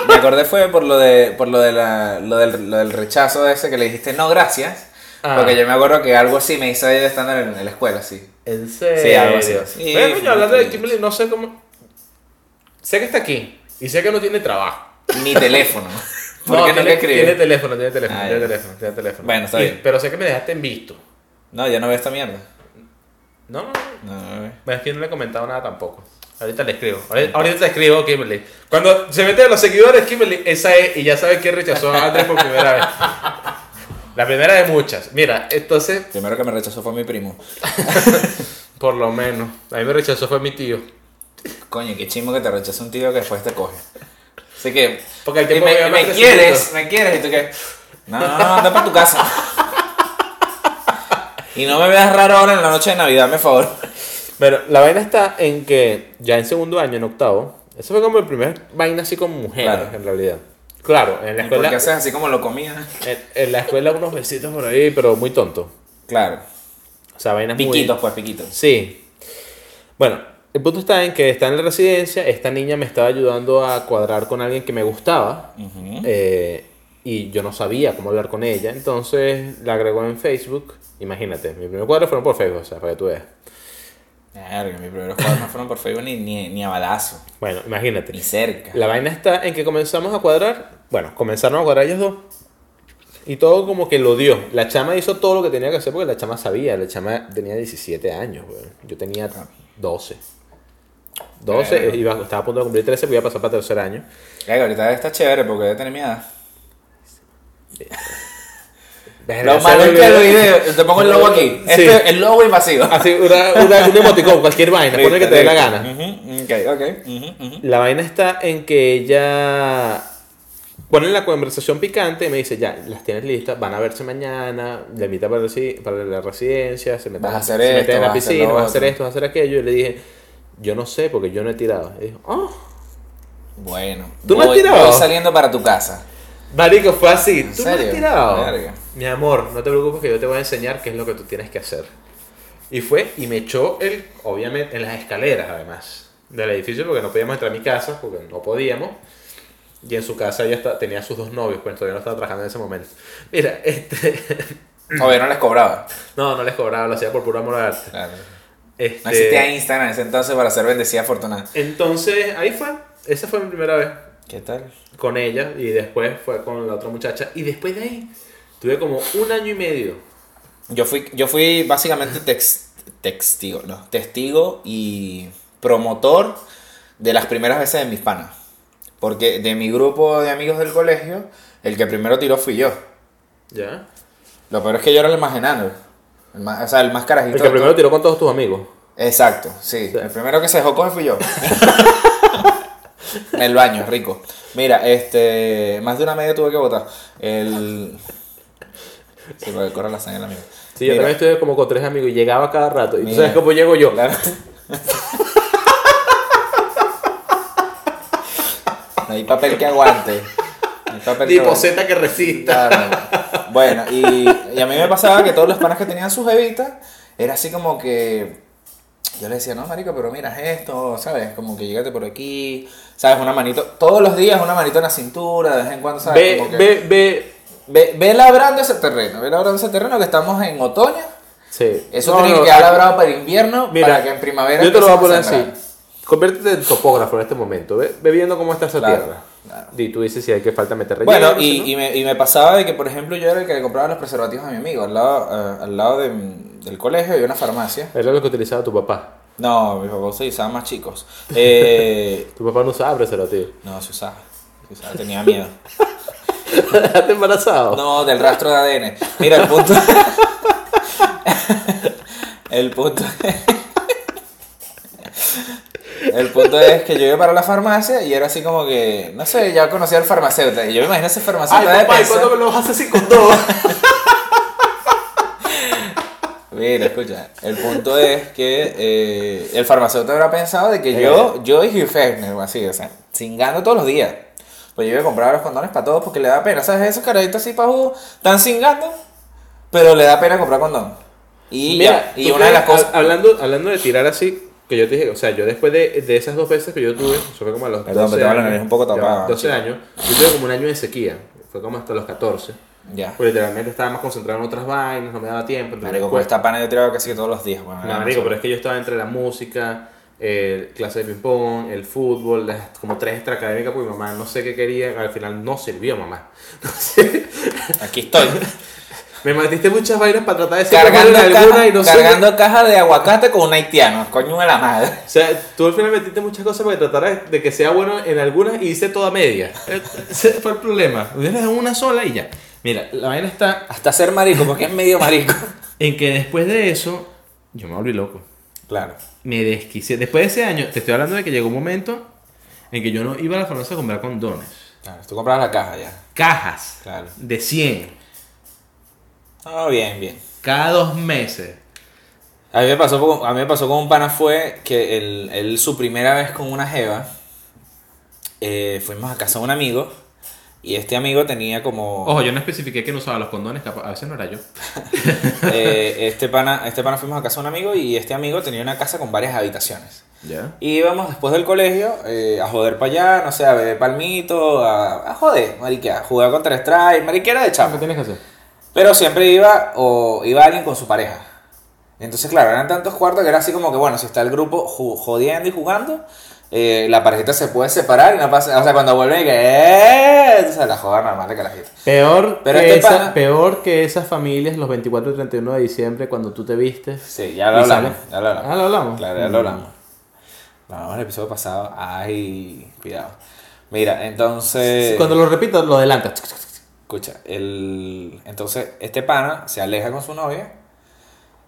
Speaker 4: me acordé fue por lo de, por lo de la, lo del, lo del rechazo ese que le dijiste no gracias,
Speaker 5: Ah.
Speaker 4: porque yo me acuerdo que algo así me hizo ella estando en, en la escuela, sí.
Speaker 5: En serio.
Speaker 4: Sí, algo así. Sí,
Speaker 5: Bueno, coño, hablando de
Speaker 4: sí.
Speaker 5: Kimberly, no sé cómo... Sé que está aquí y sé que no tiene trabajo.
Speaker 4: Mi teléfono. ¿Por
Speaker 5: no,
Speaker 4: qué no
Speaker 5: tiene,
Speaker 4: le
Speaker 5: tiene
Speaker 4: escribí?
Speaker 5: teléfono, tiene teléfono,
Speaker 4: Ah,
Speaker 5: tiene
Speaker 4: ya.
Speaker 5: teléfono, tiene teléfono.
Speaker 4: Bueno, está
Speaker 5: Y-
Speaker 4: bien.
Speaker 5: Pero sé que me dejaste en visto.
Speaker 4: No, ya no veo esta mierda.
Speaker 5: No, no, no.
Speaker 4: No, no veo.
Speaker 5: Bueno, Es que no le he comentado nada tampoco. Ahorita le escribo. Ahorita, ahorita te escribo, Kimberly. Cuando se mete a los seguidores, Kimberly, esa es, y ya sabes que rechazó a Andrés por primera vez. La primera de muchas. Mira, entonces,
Speaker 4: Primero que me rechazó fue mi primo.
Speaker 5: por lo menos, a mí me rechazó fue mi tío.
Speaker 4: Coño, qué chimo que te rechaza un tío que después te coge. Así que.
Speaker 5: Porque el
Speaker 4: y
Speaker 5: tiempo
Speaker 4: me,
Speaker 5: me va
Speaker 4: y
Speaker 5: más
Speaker 4: me
Speaker 5: creciendo.
Speaker 4: quieres, me quieres. Y tú que. No, no, no, anda para tu casa. y no me veas raro ahora en la noche de Navidad, me favor.
Speaker 5: Bueno, la vaina está en que ya en segundo año, en octavo, eso fue como el primer vaina así con mujeres,
Speaker 4: Claro.
Speaker 5: en realidad. Claro, en la
Speaker 4: Porque
Speaker 5: escuela,
Speaker 4: haces así como lo comía.
Speaker 5: en, en la escuela unos besitos por ahí, pero muy tonto.
Speaker 4: Claro.
Speaker 5: O sea, vainas muy-
Speaker 4: Piquitos, pues, piquitos.
Speaker 5: Sí. Bueno, el punto está en que está en la residencia, esta niña me estaba ayudando a cuadrar con alguien que me gustaba eh, y yo no sabía cómo hablar con ella, entonces la agregó en Facebook, imagínate, mi primer cuadro fueron por Facebook, o sea, para que tú veas.
Speaker 4: Verga, mis primeros cuadros no fueron por Facebook ni, ni, ni a balazo,
Speaker 5: Bueno, imagínate.
Speaker 4: ni cerca.
Speaker 5: La vaina está en que comenzamos a cuadrar, bueno, comenzaron a cuadrar ellos dos y todo como que lo dio. La chama hizo todo lo que tenía que hacer porque la chama sabía, la chama tenía 17 años, weón. yo tenía 12. 12, iba, estaba a punto de cumplir 13, voy a pasar para tercer año.
Speaker 4: Verga, ahorita está chévere porque debe tener miedo.
Speaker 5: Verga,
Speaker 4: Lo
Speaker 5: se
Speaker 4: malo es que
Speaker 5: olvidó.
Speaker 4: lo hice- te pongo el logo aquí.
Speaker 5: Sí.
Speaker 4: Este, el logo invasivo.
Speaker 5: Así, una, una- un emoticón, cualquier vaina, ponle que te dé la
Speaker 4: Mm.
Speaker 5: gana.
Speaker 4: Ujú, ok, ok. ujú, ujú.
Speaker 5: La vaina está en que ella pone la conversación picante y me dice, ya, las tienes listas, van a verse mañana, la invita para, la resi- para la residencia, se meten,
Speaker 4: Vas a hacer
Speaker 5: se
Speaker 4: esto,
Speaker 5: meten en la
Speaker 4: vas a hacer
Speaker 5: piscina,
Speaker 4: lo
Speaker 5: vas a hacer
Speaker 4: otro.
Speaker 5: esto, vas a hacer aquello. Y le dije, yo no sé porque yo no he tirado. Y dijo, oh,
Speaker 4: Bueno.
Speaker 5: ¿Tú no has
Speaker 4: voy-
Speaker 5: tirado?
Speaker 4: Voy saliendo para tu casa.
Speaker 5: marico, fue así,
Speaker 4: ¿En
Speaker 5: tú no has
Speaker 4: serio?
Speaker 5: tirado.
Speaker 4: Verga.
Speaker 5: Mi amor, no te preocupes que yo te voy a enseñar qué es lo que tú tienes que hacer. Y fue y me echó el, obviamente, en las escaleras además del edificio porque no podíamos entrar a mi casa porque no podíamos. Y en su casa ella está- tenía sus dos novios, pues todavía no estaba trabajando en ese momento. Mira, este,
Speaker 4: Obvio, no les cobraba.
Speaker 5: no, no les cobraba, lo hacía por pura moral
Speaker 4: Claro.
Speaker 5: Este,
Speaker 4: No existía Instagram en ese entonces para ser bendecida afortunada.
Speaker 5: entonces, ahí fue. Esa fue mi primera vez
Speaker 4: ¿Qué tal?
Speaker 5: con ella y después fue con la otra muchacha. Y después de ahí, tuve como un año y medio.
Speaker 4: Yo fui, yo fui básicamente tex- testigo, no, testigo y promotor de las primeras veces de mis panas. Porque de mi grupo de amigos del colegio, el que primero tiró fui yo.
Speaker 5: ¿Ya?
Speaker 4: Lo peor es que yo era el más enano. El más- o sea, el más carajito.
Speaker 5: El
Speaker 4: de
Speaker 5: que primero
Speaker 4: todos.
Speaker 5: tiró con todos tus amigos.
Speaker 4: Exacto, sí.
Speaker 5: Sí.
Speaker 4: El primero que se dejó coger fui yo. en el baño, rico. Mira, este. Más de una media tuve que votar. El. Sí, porque corre la sangre la mía.
Speaker 5: Sí, yo
Speaker 4: Mira.
Speaker 5: también estuve como con tres amigos y llegaba cada rato. Y tú
Speaker 4: Mira.
Speaker 5: sabes cómo llego yo.
Speaker 4: Claro. No hay papel que aguante. No hay papel que
Speaker 5: Tipo
Speaker 4: aguante.
Speaker 5: Z que resista.
Speaker 4: Claro. Bueno, y, y a mí me pasaba que todos los panas que tenían sus evitas era así como que. Yo le decía, no, marico, pero miras esto, ¿sabes? Como que llegate por aquí, ¿sabes? Una manito, todos los días una manito en la cintura, de vez en cuando, ¿sabes?
Speaker 5: Ve,
Speaker 4: Como que-
Speaker 5: ve, ve.
Speaker 4: ve, ve labrando ese terreno, ve labrando ese terreno que estamos en otoño.
Speaker 5: Sí.
Speaker 4: Eso
Speaker 5: No,
Speaker 4: tiene
Speaker 5: no,
Speaker 4: que quedar labrado para el invierno,
Speaker 5: Mira,
Speaker 4: para que en primavera.
Speaker 5: Yo te lo voy a poner
Speaker 4: empecemos
Speaker 5: así.
Speaker 4: sembrar.
Speaker 5: Conviértete en topógrafo en este momento. Ve, ve viendo cómo está esa
Speaker 4: Claro,
Speaker 5: tierra.
Speaker 4: claro.
Speaker 5: Y tú dices si hay que falta meter relleno.
Speaker 4: Bueno,
Speaker 5: si
Speaker 4: y,
Speaker 5: no.
Speaker 4: y me, y me pasaba de que, por ejemplo, yo era el que le compraba los preservativos a mi amigo. Al lado, eh, al lado de- del colegio había una farmacia.
Speaker 5: Era lo que utilizaba tu papá.
Speaker 4: No, mis papás se usaban más chicos. Eh,
Speaker 5: Tu papá no usaba preservativo.
Speaker 4: no, se usaba. Se usaba, tenía miedo.
Speaker 5: ¿Estás embarazado?
Speaker 4: No, del rastro de ADN. Mira, el punto. el punto. el punto es que yo iba para la farmacia y era así como que, no sé, ya conocía al farmacéutico. Y yo me imagino ese farmacéutico de
Speaker 5: Ah, ¿y
Speaker 4: pensar-
Speaker 5: lo vas a hacer con dos?
Speaker 4: Mira, escucha, el punto es que eh, el farmacéutico habrá pensado de que yo, yo y Hugh Hefner, así, o sea, cingando todos los días. Pues yo iba a comprar los condones para todos porque le da pena, ¿sabes? Esos carajitos así pajudos están cingando, pero le da pena comprar condón. Y,
Speaker 5: Mira,
Speaker 4: ya,
Speaker 5: tú
Speaker 4: y una de
Speaker 5: crees,
Speaker 4: las cosas...
Speaker 5: ha- Hablando, hablando de tirar así, que yo te dije, o sea, yo después de, de esas dos veces que yo tuve, eso fue como a los
Speaker 4: Perdón,
Speaker 5: 12
Speaker 4: pero tengo la
Speaker 5: años,
Speaker 4: nariz un poco
Speaker 5: ya va,
Speaker 4: tapada,
Speaker 5: 12
Speaker 4: chico.
Speaker 5: años, yo tuve como un año de sequía, fue como hasta los 14.
Speaker 4: Ya,
Speaker 5: Pues literalmente estaba más concentrado en otras vainas, no me daba tiempo. entonces
Speaker 4: marico, con
Speaker 5: después-
Speaker 4: esta pana yo tiraba casi que todos los días, weón.
Speaker 5: No, marico, pero es que yo estaba entre la música, eh, clases de ping-pong, el fútbol, las- como tres extraacadémicas, porque mi mamá no sé qué quería, al final no sirvió, mamá. No sé.
Speaker 4: Aquí estoy.
Speaker 5: Me matiste muchas vainas para tratar de ser
Speaker 4: cargando
Speaker 5: mejor en
Speaker 4: caja,
Speaker 5: y no sé.
Speaker 4: cargando caja de aguacate con un haitiano. Coño de la madre.
Speaker 5: O sea, tú al final metiste muchas cosas para tratar de- de que sea bueno en algunas y hice toda media.
Speaker 7: Eh, Ese fue el problema. Tienes una sola y ya. Mira, la vaina está
Speaker 4: Hasta ser marico, porque es medio marico.
Speaker 7: en que después de eso, yo me volví loco.
Speaker 4: Claro.
Speaker 7: Me desquicié. Después de ese año, te estoy hablando de que llegó un momento en que yo no iba a la farmacia a comprar condones.
Speaker 4: claro. Tú comprabas la caja ya.
Speaker 7: Cajas
Speaker 4: Claro.
Speaker 7: de 100
Speaker 4: Ah, bien, bien.
Speaker 7: cada dos meses.
Speaker 4: A mí me pasó con, a mí me pasó con un pana fue que él, él su primera vez con una jeva, eh, fuimos a casa de un amigo y este amigo tenía como...
Speaker 5: Oh.
Speaker 7: Ojo, yo no especifiqué que no usaba los condones, capaz- a veces no era yo.
Speaker 4: eh, este, pana, este pana fuimos a casa de un amigo y este amigo tenía una casa con varias habitaciones.
Speaker 7: Ya.
Speaker 4: Y íbamos después del colegio eh, a joder para allá, no sé, a beber palmito, a, a joder, mariquea, a jugar contra Strike, mariquera de chapa.
Speaker 7: tienes que hacer?
Speaker 4: Pero siempre iba o iba alguien con su pareja. Entonces, claro, eran tantos cuartos que era así como que, bueno, si está el grupo ju- jodiendo y jugando, eh, la parejita se puede separar y no pasa. O sea, cuando vuelven y que. ¡Eh! Entonces, la joda normal de carajito.
Speaker 7: Peor,
Speaker 4: Pero
Speaker 7: que
Speaker 4: este
Speaker 7: esa-
Speaker 4: pana-
Speaker 7: peor que esas familias los 24 y 31 de diciembre cuando tú te vistes.
Speaker 4: Sí, ya lo
Speaker 7: y
Speaker 4: hablamos.
Speaker 7: sales.
Speaker 4: Ya lo hablamos.
Speaker 7: Ah, lo hablamos.
Speaker 4: Claro, ya lo hablamos. Lo hablamos en el episodio pasado. Ay, cuidado. Mira, entonces.
Speaker 7: Cuando lo repito, lo adelantas.
Speaker 4: Escucha, el... entonces este pana se aleja con su novia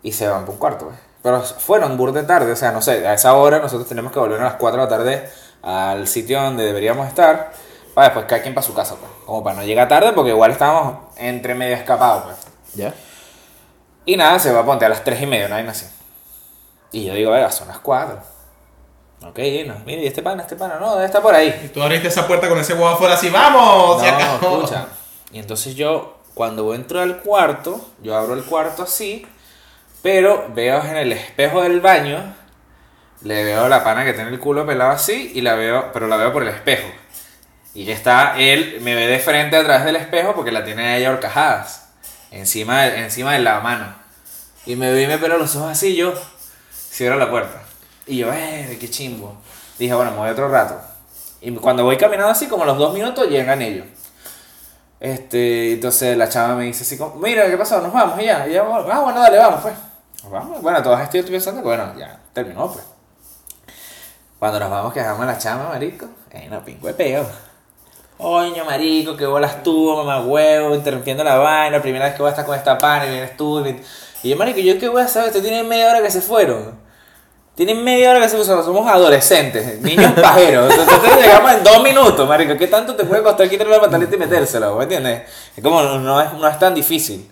Speaker 4: y se van para un cuarto, pues. Pero fueron burde tarde, o sea, no sé, a esa hora nosotros tenemos que volver a las 4 de la tarde al sitio donde deberíamos estar, para después cada quien para su casa, pues. Como para no llegar tarde, porque igual estábamos entre medio escapados, pues.
Speaker 7: ¿Ya?
Speaker 4: Y nada, se va a ponte a las 3 y media, una vaina así. Y yo digo, venga, son las 4. Ok, no, mire, y este pana, este pana, no, debe estar por ahí.
Speaker 7: Y tú abriste esa puerta con ese huevo afuera así, ¡vamos!
Speaker 4: No, escucha. Y entonces yo, cuando entro al cuarto, yo abro el cuarto así, pero veo en el espejo del baño, le veo la pana que tiene el culo pelado así, y la veo, pero la veo por el espejo. Y ya está, él me ve de frente a través del espejo porque la tiene a ella horcajadas, encima de, encima de la mano. Y me vi y me peló los ojos así, yo cierro la puerta. Y yo, eh, qué chimbo. Dije, bueno, me voy otro rato. Y cuando voy caminando así, como a los dos minutos, llegan ellos. Este, entonces la chava me dice así como, mira, ¿qué pasó? Nos vamos y ya. Y yo, ah, bueno, dale, vamos pues. Nos vamos. Bueno, todas estoy pensando que bueno, ya terminó pues. Cuando nos vamos que dejamos a la chama, marico, eh, no, pingo de peo. Oño, marico, que bolas tú, mamá huevo, interrumpiendo la vaina, primera vez que voy a estar con esta pana y vienes tú. Y y yo, marico, ¿yo qué voy a saber? Ustedes tienen media hora que se fueron. Tienen media hora que se fueron, somos adolescentes, niños pajeros. Entonces llegamos en dos minutos, marico. ¿Qué tanto te puede costar quitarle la pantaleta y metérsela? ¿Me entiendes? Es como, no es, no es tan difícil.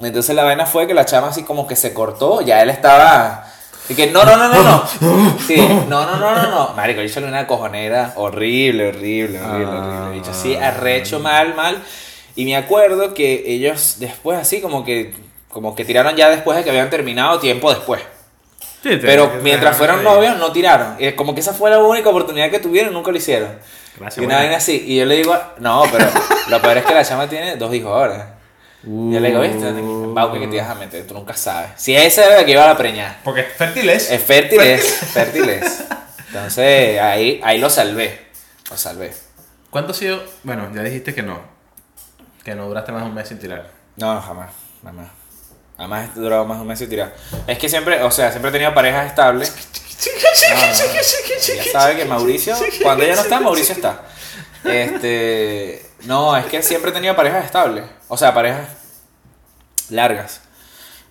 Speaker 4: Entonces la vaina fue que la chama así como que se cortó, ya él estaba. Y que no, no, no, no, no. Sí, no, no, no, no, no. Marico, yo salí una cojonera horrible, horrible, horrible, horrible. Dicho así, arrecho, mal, mal. Y me acuerdo que ellos después así como que, como que tiraron ya después de que habían terminado, tiempo después. Pero mientras fueron novios no tiraron. Y como que esa fue la única oportunidad que tuvieron, nunca lo hicieron.
Speaker 7: Gracias,
Speaker 4: y una vaina así. Y yo le digo, no, pero lo peor es que la chama tiene dos hijos ahora.
Speaker 7: Uh.
Speaker 4: Y yo le digo, viste, Bauke, que te ibas a meter, tú nunca sabes. Si esa era la que iba a preñar.
Speaker 7: Porque fértiles.
Speaker 4: Es fértil, es fértil. es. Entonces ahí, ahí lo salvé. Lo salvé.
Speaker 7: ¿Cuánto ha sido? Bueno, ya dijiste que no. Que no duraste más de un mes sin tirar.
Speaker 4: No, no, jamás, jamás. Jamás he durado más de un mes y tirado. Es que siempre, o sea, siempre he tenido parejas estables. No, no, no. Ya sabe que Mauricio, cuando ella no está, Mauricio está. Este, no, es que siempre he tenido parejas estables. O sea, parejas largas.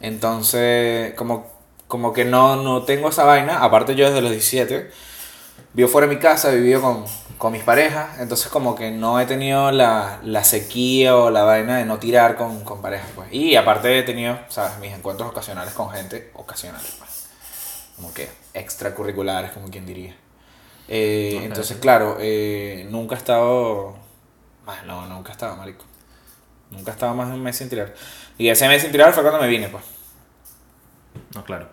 Speaker 4: Entonces, como, como que no, no tengo esa vaina. Aparte yo desde los 17 vivo fuera de mi casa, he vivido con, con mis parejas. Entonces como que no he tenido la, la sequía o la vaina de no tirar con, con parejas. Pues. Y aparte he tenido, ¿sabes? Mis encuentros ocasionales con gente ocasionales. Pues. Como que extracurriculares, como quien diría. Eh, Entonces, claro, eh, nunca he estado... Ah, no, nunca he estado, marico. Nunca estaba más de un mes sin tirar. Y ese mes sin tirar fue cuando me vine, pues.
Speaker 7: No, claro.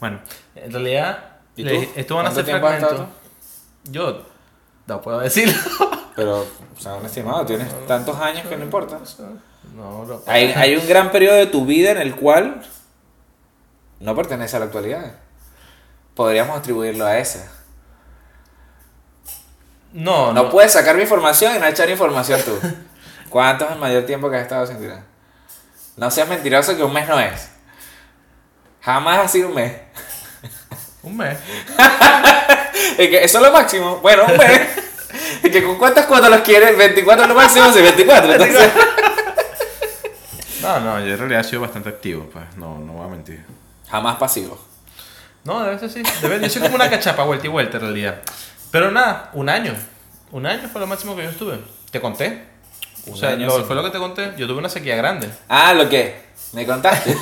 Speaker 7: Bueno, en realidad,
Speaker 4: ¿Y
Speaker 7: le-
Speaker 4: tú?
Speaker 7: esto van a
Speaker 4: ¿Cuánto
Speaker 7: ser
Speaker 4: tiempo has estado
Speaker 7: fragmentos. Yo no puedo decirlo.
Speaker 4: Pero, o sea, un estimado, tienes tantos años que no importa.
Speaker 7: No, no.
Speaker 4: Hay, hay un gran periodo de tu vida en el cual no pertenece a la actualidad. podríamos atribuirlo a esa.
Speaker 5: No,
Speaker 4: No puedes sacar mi información y no echar información tú. ¿Cuánto es el mayor tiempo que has estado sin tirar? No seas mentiroso que un mes no es. Jamás ha sido un mes.
Speaker 5: Un mes.
Speaker 4: Es que eso es lo máximo. Bueno, un mes. Es que con cuántas cuotas los quieres, 24 es lo máximo, sí, 24. Entonces,
Speaker 5: No, no, yo en realidad he sido bastante activo, pues. No, no voy a mentir.
Speaker 4: jamás pasivo.
Speaker 5: No, debe ser sí. Debe- yo soy como una cachapa vuelta y vuelta en realidad. Pero nada, un año. Un año fue lo máximo que yo estuve. ¿Te conté? o sea,
Speaker 4: año
Speaker 5: lo-
Speaker 4: sin-
Speaker 5: fue lo que te conté. Yo tuve una sequía grande.
Speaker 4: Ah, lo que me contaste.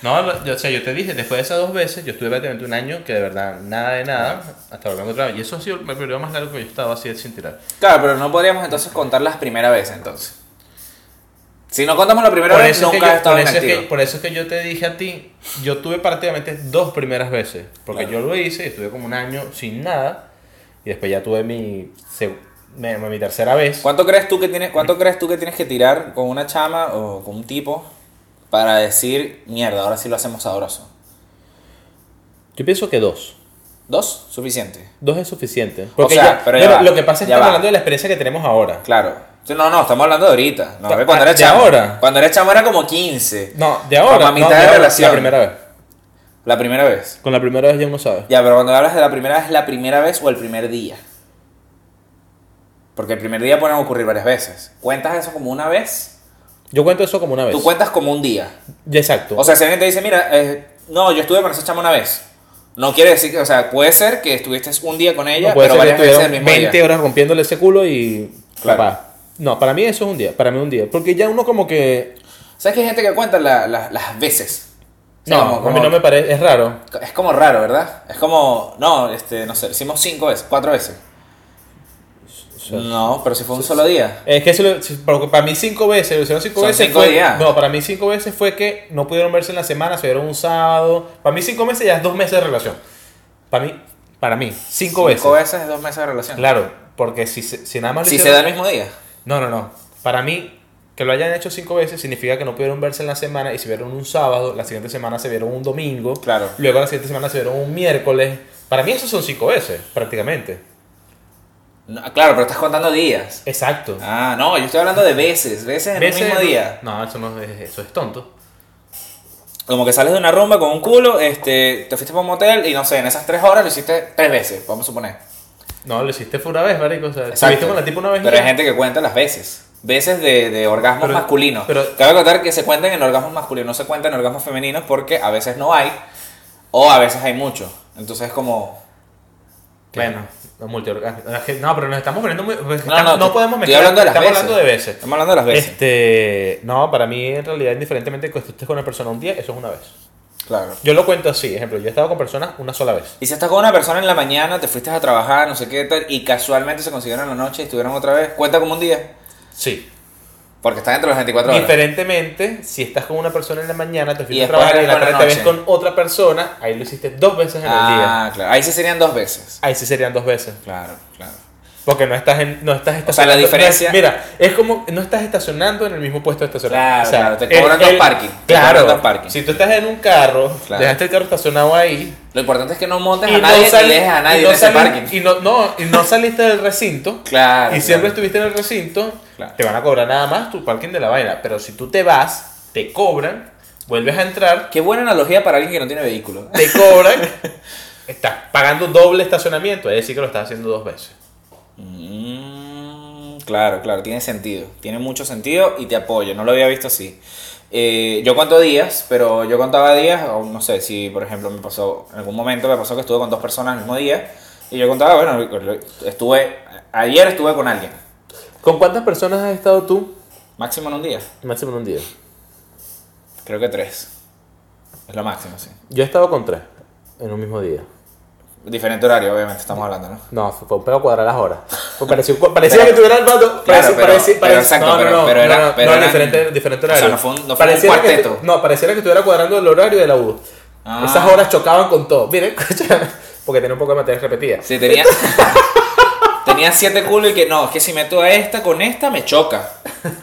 Speaker 5: No, lo- yo, o sea, yo te dije, después de esas dos veces, yo estuve prácticamente un año que de verdad nada de nada, hasta volver a encontrarme. Y eso ha sido el periodo más largo que yo he estado así sin tirar.
Speaker 4: Claro, pero no podríamos entonces contar las primeras veces entonces. Si no contamos la primera
Speaker 5: Por
Speaker 4: vez,
Speaker 5: eso, es que
Speaker 4: nunca has
Speaker 5: yo,
Speaker 4: estado
Speaker 5: por eso es que-
Speaker 4: inactivo.
Speaker 5: por eso es que yo te dije a ti, yo tuve prácticamente dos primeras veces, porque
Speaker 4: Claro.
Speaker 5: yo lo hice, estuve como un año sin nada, y después ya tuve mi, seg- mi, mi tercera vez.
Speaker 4: ¿Cuánto crees tú que tienes, cuánto crees tú que tienes que tirar con una chama o con un tipo para decir, mierda, ahora sí lo hacemos sabroso?
Speaker 5: Yo pienso que dos.
Speaker 4: ¿Dos? Suficiente.
Speaker 5: Dos es suficiente. Porque
Speaker 4: sea,
Speaker 5: ya-
Speaker 4: pero
Speaker 5: no,
Speaker 4: ya
Speaker 5: no,
Speaker 4: va,
Speaker 5: lo que pasa es que
Speaker 4: ya
Speaker 5: estamos
Speaker 4: va.
Speaker 5: hablando de la experiencia que tenemos ahora.
Speaker 4: Claro. Sí, No, no, estamos hablando de ahorita. No,
Speaker 5: Ta-
Speaker 4: de cuando era
Speaker 5: de
Speaker 4: chamo.
Speaker 5: ahora.
Speaker 4: Cuando era chamo era como 15.
Speaker 5: No, de ahora.
Speaker 4: Como a
Speaker 5: no,
Speaker 4: mitad
Speaker 5: de
Speaker 4: de
Speaker 5: ahora,
Speaker 4: relación.
Speaker 5: La primera vez.
Speaker 4: La primera vez.
Speaker 5: Con la primera vez ya uno sabe.
Speaker 4: Ya, pero cuando hablas de la primera vez, ¿la primera vez o el primer día? Porque el primer día pueden ocurrir varias veces. ¿Cuentas eso como una vez?
Speaker 5: Yo cuento eso como una vez.
Speaker 4: Tú cuentas como un día.
Speaker 5: Ya, Exacto.
Speaker 4: O sea, si alguien te dice, mira, eh, no, yo estuve con esa chama una vez. No quiere decir que, o sea, puede ser que estuviste un día con ella,
Speaker 5: No puede
Speaker 4: pero
Speaker 5: ser que
Speaker 4: varias veces el
Speaker 5: estuvieron
Speaker 4: mismo
Speaker 5: 20
Speaker 4: día.
Speaker 5: horas rompiéndole ese culo y.
Speaker 4: Claro.
Speaker 5: Papá. No, para mí eso es un día. Para mí un día. Porque ya uno como que.
Speaker 4: ¿Sabes que hay gente que cuenta la- la- las veces? O sea,
Speaker 5: No,
Speaker 4: como-
Speaker 5: a mí
Speaker 4: como-
Speaker 5: no me parece. Es raro.
Speaker 4: Es como raro, ¿verdad? Es como, no, este, no sé, hicimos cinco veces, cuatro veces.
Speaker 5: sea,
Speaker 4: No, pero si fue un solo día.
Speaker 5: Es que eso lo- si- porque para mí cinco veces, lo hicieron cinco
Speaker 4: Son
Speaker 5: veces.
Speaker 4: cinco
Speaker 5: fue-
Speaker 4: días.
Speaker 5: No, para mí cinco veces fue que no pudieron verse en la semana, se vieron un sábado. Para mí cinco meses ya es dos meses de relación. Para mí, para mí, cinco, veces.
Speaker 4: Cinco veces es dos meses de relación.
Speaker 5: Claro, porque si, se- si nada más lo
Speaker 4: Si se
Speaker 5: hicieron-
Speaker 4: da el mismo día.
Speaker 5: No, no, no. Para mí, que lo hayan hecho cinco veces significa que no pudieron verse en la semana y se vieron un sábado, la siguiente semana se vieron un domingo,
Speaker 4: Claro.
Speaker 5: luego la siguiente semana se vieron un miércoles. Para mí eso son cinco veces, prácticamente.
Speaker 4: No, claro, pero estás contando días.
Speaker 5: Exacto.
Speaker 4: Ah, no, yo estoy hablando de veces, veces en el mismo día.
Speaker 5: No, eso no es, eso es tonto.
Speaker 4: Como que sales de una rumba con un culo, este, te fuiste para un motel y no sé, en esas tres horas lo hiciste tres veces, vamos a suponer.
Speaker 5: No, lo hiciste fue una vez, marico. O sea,
Speaker 4: Exacto.
Speaker 5: estuviste con la tipa una vez. y
Speaker 4: Pero
Speaker 5: ya.
Speaker 4: hay gente que cuenta las veces. Veces de, de orgasmos
Speaker 5: Pero-
Speaker 4: masculinos.
Speaker 5: pero-
Speaker 4: Cabe contar que se cuentan en orgasmos masculinos, no se cuentan en orgasmos femeninos porque a veces no hay o a veces hay mucho. Entonces es como...
Speaker 5: Bueno, no multiorgasmo. Es que- No, pero nos estamos poniendo muy. No,
Speaker 4: no,
Speaker 5: no,
Speaker 4: te-
Speaker 5: podemos
Speaker 4: estoy
Speaker 5: mezclar.
Speaker 4: hablando de las
Speaker 5: estamos
Speaker 4: veces.
Speaker 5: hablando de veces.
Speaker 4: Estamos hablando de las veces.
Speaker 5: Este, no, para mí en realidad, indiferentemente que estés con una persona un día, eso es una vez.
Speaker 4: Claro.
Speaker 5: Yo lo cuento así, ejemplo, yo he estado con personas una sola vez.
Speaker 4: Y si estás con una persona en la mañana, te fuiste a trabajar, no sé qué tal, y casualmente se consiguieron en la noche y estuvieron otra vez, cuenta como un día.
Speaker 5: Sí.
Speaker 4: Porque estás entre las 24 horas.
Speaker 5: Diferentemente, si estás con una persona en la mañana, te
Speaker 4: Y
Speaker 5: fuiste
Speaker 4: después
Speaker 5: a trabajar y en la
Speaker 4: con la
Speaker 5: tarde te ves
Speaker 4: noche.
Speaker 5: con otra persona, ahí lo hiciste dos veces en el día.
Speaker 4: Ah, claro. Ahí sí serían dos veces.
Speaker 5: Ahí sí serían dos veces.
Speaker 4: Claro, claro.
Speaker 5: Porque no estás en, no estás
Speaker 4: O sea, la
Speaker 5: estacionando-
Speaker 4: diferencia-
Speaker 5: no es- mira, es como no estás estacionando en el mismo puesto de
Speaker 4: Claro,
Speaker 5: estacionamiento.
Speaker 4: claro, te cobran dos parking, te
Speaker 5: Claro.
Speaker 4: cobran dos parking.
Speaker 5: Si tú estás en un carro,
Speaker 4: Claro.
Speaker 5: dejaste el carro estacionado ahí.
Speaker 4: Lo importante es que no montes a nadie
Speaker 5: sali-
Speaker 4: ni dejes a nadie
Speaker 5: y no
Speaker 4: en ese
Speaker 5: sali-
Speaker 4: parking.
Speaker 5: Y no, no, y no saliste del recinto.
Speaker 4: Claro.
Speaker 5: y
Speaker 4: claro.
Speaker 5: siempre estuviste en el recinto,
Speaker 4: Claro.
Speaker 5: te van a cobrar nada más tu parking de la vaina. Pero si tú te vas, te cobran, vuelves a entrar,
Speaker 4: Qué buena analogía para alguien que no tiene vehículo.
Speaker 5: te cobran, estás pagando doble estacionamiento, es decir, que lo estás haciendo dos veces.
Speaker 4: Mm, claro, claro, tiene sentido. Tiene mucho sentido y te apoyo. No lo había visto así. Eh, yo cuento días, pero yo contaba días, o no sé si, por ejemplo, me pasó, en algún momento me pasó que estuve con dos personas el mismo día y yo contaba, bueno, estuve, ayer estuve con alguien,
Speaker 5: ¿Con cuántas personas has estado tú?
Speaker 4: máximo en un día,
Speaker 5: Máximo en un día.
Speaker 4: creo que tres. Es lo máximo, sí.
Speaker 5: Yo he estado con tres en un mismo día.
Speaker 4: Diferente horario, obviamente, estamos hablando, ¿no?
Speaker 5: No, fue fue un pedo cuadrar las horas. Fue parecía parecía que tuviera el rato.
Speaker 4: pero- pero exacto,
Speaker 5: no, no,
Speaker 4: pero-
Speaker 5: no,
Speaker 4: pero era-
Speaker 5: no, no,
Speaker 4: pero
Speaker 5: no,
Speaker 4: eran-
Speaker 5: diferente, diferente
Speaker 4: o sea,
Speaker 5: horario.
Speaker 4: no fue un- no fue un
Speaker 5: Pareciera que
Speaker 4: cuarteto.
Speaker 5: tu- no, pareciera que estuviera cuadrando el horario de la U.
Speaker 4: Ah.
Speaker 5: Esas horas chocaban con todo. Miren, escúchame, porque tenía un poco de materias repetidas.
Speaker 4: Sí, tenía, tenía siete culos y que no, es que si meto a esta con esta me choca.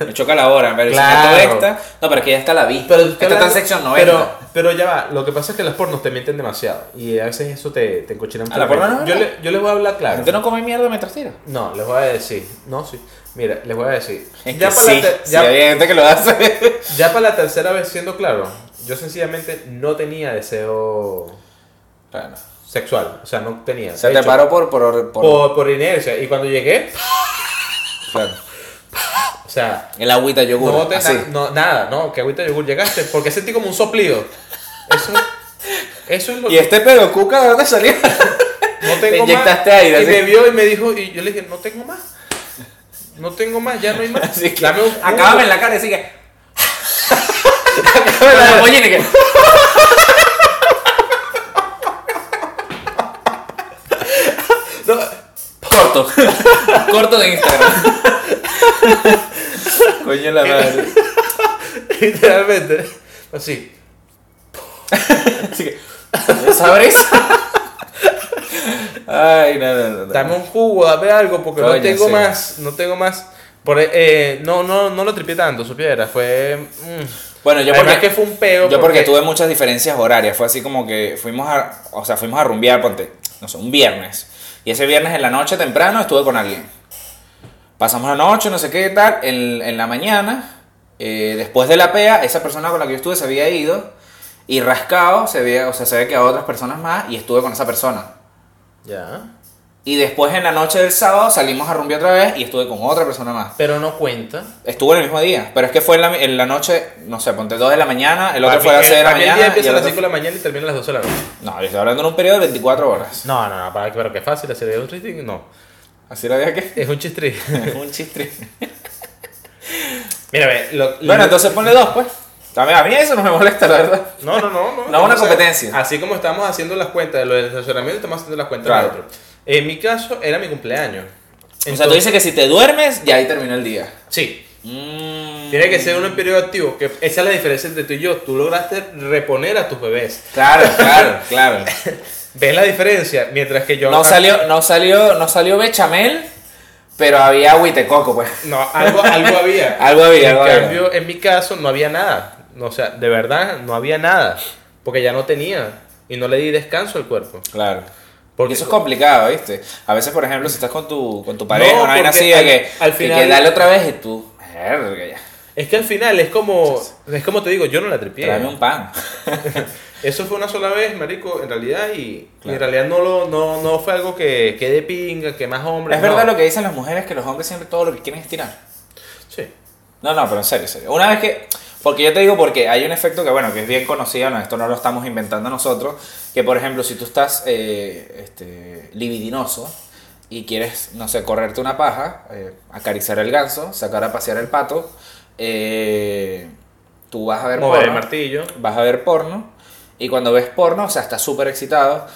Speaker 4: Me choca la hora, pero
Speaker 5: Claro.
Speaker 4: si meto esta. No, pero aquí ya está la vi.
Speaker 5: Pero tú
Speaker 4: esta
Speaker 5: estás
Speaker 4: está en
Speaker 5: hablando-
Speaker 4: sección 90.
Speaker 5: pero, pero ya va, lo que pasa es que las pornos te mienten demasiado. Y a veces eso te, te encochina mucho.
Speaker 4: ¿A la porno no?
Speaker 5: yo, le, yo les voy a hablar
Speaker 4: la
Speaker 5: claro.
Speaker 4: gente no come mierda mientras tira.
Speaker 5: No, les voy a decir. No, sí. Mira, les voy a decir.
Speaker 4: Es
Speaker 5: Ya
Speaker 4: que
Speaker 5: para,
Speaker 4: sí,
Speaker 5: la ter-
Speaker 4: sí,
Speaker 5: ya-
Speaker 4: hay gente que lo hace.
Speaker 5: ya para la tercera vez, siendo claro, yo sencillamente no tenía deseo
Speaker 4: bueno,
Speaker 5: sexual. O sea, no tenía.
Speaker 4: se
Speaker 5: De
Speaker 4: te
Speaker 5: hecho,
Speaker 4: paró por. por, por-
Speaker 5: por, por inercia. Y cuando llegué,
Speaker 4: claro.
Speaker 5: o sea,
Speaker 4: El agüita yogur.
Speaker 5: no, te-
Speaker 4: así.
Speaker 5: no, nada, no, que agüita de yogur llegaste. Porque sentí como un soplido. Eso, eso es lo
Speaker 4: Y este pedo cuca, ¿de dónde salió?
Speaker 5: no tengo
Speaker 4: Te
Speaker 5: más.
Speaker 4: inyectaste aire,
Speaker 5: Y
Speaker 4: así.
Speaker 5: me vio y me dijo, y yo le dije, no tengo más. No tengo más, ya no hay más.
Speaker 4: Así que,
Speaker 5: Dame un jugo.
Speaker 4: acábame en la cara, así que. acábame en la pollina, que. Corto. Corto de Instagram. Coño la madre.
Speaker 5: Literalmente. Así.
Speaker 4: Así que. ¿Sabréis? Ay, no, no, no. no.
Speaker 5: Dame un jugo, dame algo, porque
Speaker 4: Coño,
Speaker 5: no tengo
Speaker 4: sí.
Speaker 5: más. No tengo más. Por, eh, no, no, no lo tripié tanto, supiera. Fue. mm.
Speaker 4: Bueno, yo
Speaker 5: Además
Speaker 4: porque,
Speaker 5: que fue un peo,
Speaker 4: Yo porque
Speaker 5: porque-
Speaker 4: tuve muchas diferencias horarias. Fue así como que fuimos a, o sea, fuimos a rumbear, ponte, no sé, un viernes. Y ese viernes en la noche temprano estuve con alguien. Pasamos la noche, no sé qué tal. En, en la mañana, eh, después de la pea, esa persona con la que yo estuve se había ido. Y rascado, se había, o sea, se había quedado otras personas más y estuve con esa persona.
Speaker 5: Ya.
Speaker 4: Y después en la noche del sábado salimos a rumbear otra vez y estuve con otra persona más.
Speaker 5: Pero no cuenta.
Speaker 4: Estuvo en el mismo día, pero es que fue en la, en la noche, no sé, ponte 2 de la mañana, el otro
Speaker 5: Para
Speaker 4: fue a
Speaker 5: mí-
Speaker 4: las 6 de la
Speaker 5: para mí el
Speaker 4: mañana.
Speaker 5: día
Speaker 4: y
Speaker 5: empieza
Speaker 4: el
Speaker 5: a las
Speaker 4: otro
Speaker 5: 5 de la mañana y termina a las 12 de la noche.
Speaker 4: No, yo estoy hablando en un periodo de 24 horas.
Speaker 5: No, no, no, para, pero que fácil hacer un chistrín. No.
Speaker 4: ¿Así la veas que?
Speaker 5: Es un chistrín.
Speaker 4: Es un chiste.
Speaker 5: Mira, ve. Lo,
Speaker 4: bueno, entonces ponle dos, pues. A mí, a mí eso no me molesta, la verdad.
Speaker 5: No, no, no. No,
Speaker 4: No, una competencia.
Speaker 5: Así como estamos haciendo las cuentas de lo del estacionamiento, estamos haciendo las cuentas
Speaker 4: Claro.
Speaker 5: del otro. En mi caso, era mi cumpleaños.
Speaker 4: o sea, tú dices que si te duermes, ya ahí terminó el día.
Speaker 5: Sí.
Speaker 4: Mm.
Speaker 5: Tiene que ser un periodo activo. Que esa es la diferencia entre tú y yo. Tú lograste reponer a tus bebés.
Speaker 4: Claro, claro, claro.
Speaker 5: ¿Ves la diferencia? Mientras que yo.
Speaker 4: No salió, no salió, no salió bechamel, pero había agüita de coco, pues.
Speaker 5: No, algo, algo había.
Speaker 4: Algo había,
Speaker 5: En
Speaker 4: algo había.
Speaker 5: cambio, en mi caso, no había nada. No, O sea, de verdad, no había nada. Porque ya no tenía. Y no le di descanso al cuerpo.
Speaker 4: Claro.
Speaker 5: Porque-
Speaker 4: Porque eso es complicado, ¿viste? A veces, por ejemplo, si estás con tu, con tu pareja,
Speaker 5: No,
Speaker 4: una vaina así
Speaker 5: porque
Speaker 4: de
Speaker 5: al-
Speaker 4: que,
Speaker 5: al
Speaker 4: de
Speaker 5: final-
Speaker 4: que dale otra vez y tú, verga, ya.
Speaker 5: Es que al final es como. Es como te digo, yo no la tripié.
Speaker 4: Tráeme un pan.
Speaker 5: Eso fue una sola vez, marico, en realidad, y, y
Speaker 4: Claro.
Speaker 5: en realidad no lo, no, no fue algo que, que de pinga, que más hombres.
Speaker 4: es verdad lo que dicen las mujeres que los hombres siempre todo lo que quieren es tirar.
Speaker 5: Sí.
Speaker 4: No, no, pero en serio, en serio. Una vez que. Porque yo te digo, porque hay un efecto que, bueno, que es bien conocido, no, esto no lo estamos inventando nosotros. Que, por ejemplo, si tú estás eh, este, libidinoso y quieres, no sé, correrte una paja, eh, acariciar el ganso, sacar a pasear el pato, eh, tú vas a ver
Speaker 5: Mover el
Speaker 4: porno,
Speaker 5: martillo.
Speaker 4: vas a ver porno. Y cuando ves porno, o sea, estás súper excitado.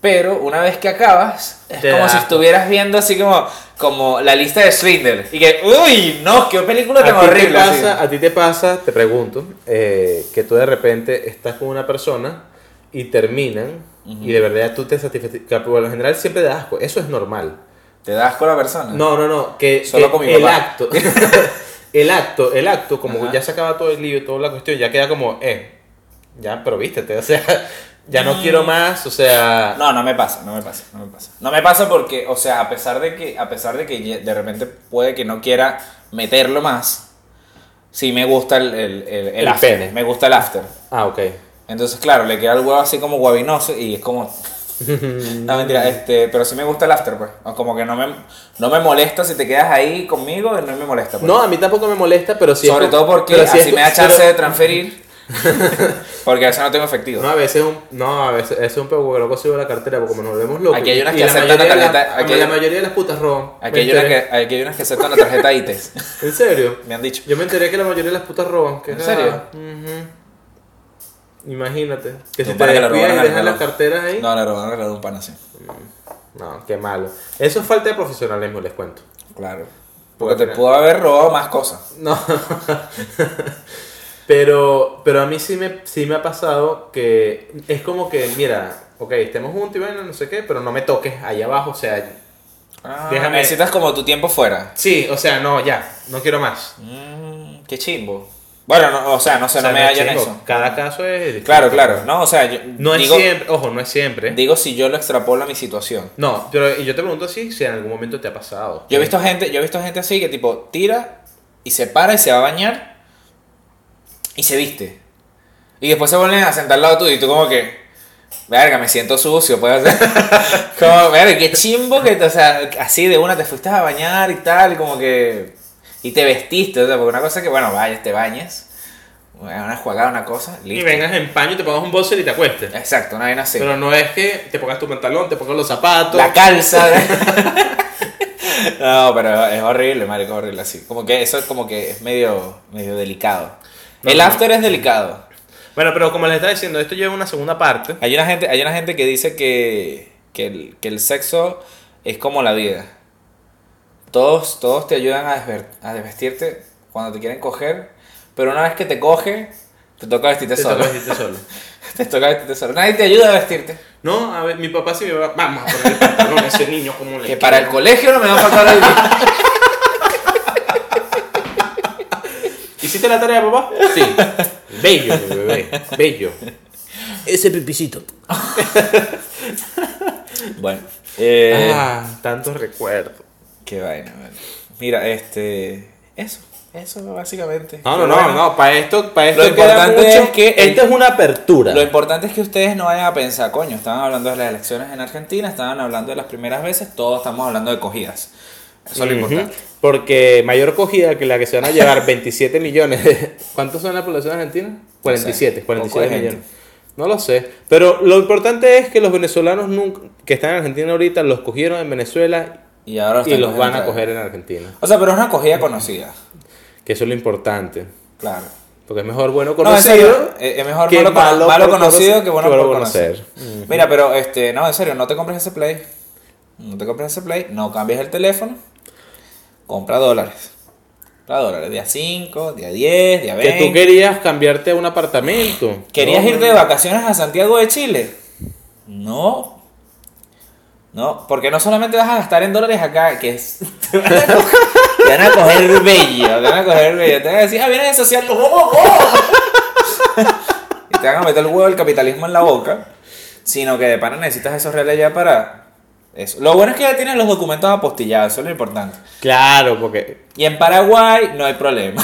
Speaker 4: Pero una vez que acabas, es
Speaker 5: Te
Speaker 4: como
Speaker 5: da
Speaker 4: si
Speaker 5: asco.
Speaker 4: estuvieras viendo así como, como la lista de Schindler. Y que, uy, no, qué película tan
Speaker 5: A ti, te
Speaker 4: horrible. así.
Speaker 5: pasa, a ti te pasa, te pregunto, eh, que tú de repente estás con una persona y terminan y de verdad tú te satisfaces. Por lo general siempre da asco, eso es normal.
Speaker 4: ¿Te das con la persona?
Speaker 5: No, no, no, que,
Speaker 4: Ah. Solo
Speaker 5: que
Speaker 4: con mi
Speaker 5: el
Speaker 4: papá.
Speaker 5: acto, el acto, el acto, como
Speaker 4: Ajá.
Speaker 5: ya se acaba todo el lío y toda la cuestión, ya queda como, eh, ya, pero vístete, o sea, ya no quiero más, o sea,
Speaker 4: Mm. No, no me pasa, no me pasa, no me pasa. No me pasa porque, o sea, a pesar de que, a pesar de que ye- de repente puede que no quiera meterlo más, sí me gusta el, el, el, el
Speaker 5: El
Speaker 4: after,
Speaker 5: pene.
Speaker 4: Me gusta el after.
Speaker 5: ah, ok.
Speaker 4: Entonces, claro, le queda el huevo así como guabinoso y es como. No, mentira, este, pero sí me gusta el after, pues. O Como que no me, no me molesta si te quedas ahí conmigo, no me molesta. pues.
Speaker 5: No, a mí tampoco me molesta, pero sí. es
Speaker 4: Sobre
Speaker 5: como-
Speaker 4: todo porque
Speaker 5: pero sí
Speaker 4: así
Speaker 5: es-
Speaker 4: me da chance
Speaker 5: pero-
Speaker 4: de transferir. porque a veces no tengo efectivo.
Speaker 5: No, a veces un, no, a veces es un poco loco si la cartera porque como nos volvemos locos.
Speaker 4: Aquí hay unas
Speaker 5: y
Speaker 4: que
Speaker 5: la
Speaker 4: aceptan la
Speaker 5: mayoría de
Speaker 4: tarjeta,
Speaker 5: la-
Speaker 4: aquí hay-
Speaker 5: La mayoría de las putas roban.
Speaker 4: Aquí
Speaker 5: Me
Speaker 4: hay, una que,
Speaker 5: enteré.
Speaker 4: aquí hay unas que aceptan la tarjeta ITES.
Speaker 5: ¿En serio?
Speaker 4: Me han dicho.
Speaker 5: Yo me enteré que la mayoría de las putas roban. que
Speaker 4: ¿En
Speaker 5: era-
Speaker 4: serio?
Speaker 5: Ujú. Imagínate. Que si te
Speaker 4: Para que le
Speaker 5: descuidas
Speaker 4: robaran
Speaker 5: y
Speaker 4: al
Speaker 5: dejas las
Speaker 4: reloj.
Speaker 5: carteras ahí.
Speaker 4: No, le robaron el reloj a un pan así.
Speaker 5: No, qué malo. Eso es falta de profesionalismo, les cuento.
Speaker 4: Claro. Porque te
Speaker 5: Bueno.
Speaker 4: pudo haber robado más cosas.
Speaker 5: No. pero, pero a mí sí me, sí me ha pasado que es como que, mira, ok, estemos juntos y bueno, no sé qué, pero no me toques allá abajo, o sea,
Speaker 4: Ah,
Speaker 5: Déjame-
Speaker 4: Necesitas como tu tiempo fuera.
Speaker 5: Sí, o sea, no, ya, no quiero más.
Speaker 4: Mm, qué chimbo. Bueno, no, o sea, no se
Speaker 5: O sea,
Speaker 4: no me
Speaker 5: no es
Speaker 4: hallan
Speaker 5: chingo,
Speaker 4: eso.
Speaker 5: Cada caso es distinto.
Speaker 4: Claro, claro. No, o sea, yo
Speaker 5: No
Speaker 4: digo,
Speaker 5: es siempre, ojo, no es siempre.
Speaker 4: digo si yo lo extrapolo a mi situación.
Speaker 5: No, pero y yo te pregunto si, si en algún momento te ha pasado.
Speaker 4: Yo he visto gente, yo he visto gente así que tipo tira y se para y se va a bañar y se viste. Y después se vuelven a sentar al lado tuyo y tú como que, verga, me siento sucio, puedes hacer. como, verga, qué chimbo que, te- o sea, así de una te fuiste a bañar y tal, como que y te vestiste, o sea, porque una cosa es que bueno, vayas, te bañes, una jugada, una cosa,
Speaker 5: Y
Speaker 4: listo.
Speaker 5: vengas en paño, te pongas un boxer y te acuestes.
Speaker 4: Exacto, una vaina así.
Speaker 5: Pero no es que te pongas tu pantalón, te pongas los zapatos.
Speaker 4: La calza. no, pero es horrible, marico, horrible así. Como que eso es como que es medio, medio delicado. el
Speaker 5: no.
Speaker 4: after es delicado.
Speaker 5: Bueno, pero como les estaba diciendo, esto lleva una segunda parte.
Speaker 4: Hay una gente, hay una gente que dice que, que, el, que el sexo es como la vida. Todos, todos te ayudan a, desver- a desvestirte cuando te quieren coger, pero una vez que te coge, te toca vestirte
Speaker 5: Te
Speaker 4: solo.
Speaker 5: toca vestirte solo.
Speaker 4: te toca vestirte solo. Nadie te ayuda a vestirte.
Speaker 5: No, a ver, mi papá sí me va. Vamos a poner el pantalón a ese niño como le.
Speaker 4: Que para el colegio no me va a faltar el
Speaker 5: ¿Hiciste la tarea, papá? Sí. Bello, mi bebé. Bello. Ese pipicito.
Speaker 4: Bueno. eh,
Speaker 5: Ah, tantos recuerdos.
Speaker 4: Qué vaina, vale. Mira, este. Eso, eso básicamente.
Speaker 5: No, no,
Speaker 4: Pero
Speaker 5: no,
Speaker 4: bueno,
Speaker 5: no. Para esto, para esto
Speaker 4: Lo
Speaker 5: queda
Speaker 4: importante
Speaker 5: mucho.
Speaker 4: es que-
Speaker 5: Esta es una apertura.
Speaker 4: Lo importante es que ustedes no vayan a pensar, coño, estaban hablando de las elecciones en Argentina, estaban hablando de las primeras veces, todos estamos hablando de cogidas. Eso es lo
Speaker 5: Ujú.
Speaker 4: importante.
Speaker 5: Porque mayor cogida que la que se van a llevar 27 millones. de- ¿Cuántos son la población argentina? 47,
Speaker 4: Poco
Speaker 5: 47
Speaker 4: de gente.
Speaker 5: millones. No lo sé, pero lo importante es que los venezolanos nunca, que están en Argentina ahorita los cogieron en Venezuela
Speaker 4: Y ahora
Speaker 5: y
Speaker 4: están
Speaker 5: los van
Speaker 4: cogiendo otra
Speaker 5: a coger
Speaker 4: vez.
Speaker 5: en Argentina.
Speaker 4: O sea, pero es una cogida conocida.
Speaker 5: Que eso es lo importante.
Speaker 4: Claro.
Speaker 5: Porque es mejor bueno
Speaker 4: No, en
Speaker 5: conocido.
Speaker 4: serio, eh, es es mejor
Speaker 5: que
Speaker 4: malo, con-
Speaker 5: malo
Speaker 4: malo
Speaker 5: por
Speaker 4: conocido
Speaker 5: conocer-
Speaker 4: que bueno
Speaker 5: que
Speaker 4: por
Speaker 5: bueno
Speaker 4: conocer. Mira, pero este, no, en serio, no te compres ese play. No te compres ese play, no cambies el teléfono. Compra dólares. Compra dólares, día 5, día 10, día 20.
Speaker 5: Que tú querías cambiarte a un apartamento.
Speaker 4: ¿Querías
Speaker 5: No,
Speaker 4: irte de vacaciones a Santiago de Chile? No. No, porque no solamente vas a gastar en dólares acá, que es. Te van a coger, te van a coger bello, te van a coger bello. Te van a decir, ah, vienes de social. ¡Oh, oh, oh! y te van a meter el huevo del capitalismo en la boca. Sino que de pana necesitas esos reales ya para. Eso. Lo bueno es que ya tienes los documentos apostillados, eso es lo importante.
Speaker 5: Claro, porque.
Speaker 4: Y en Paraguay no hay problema.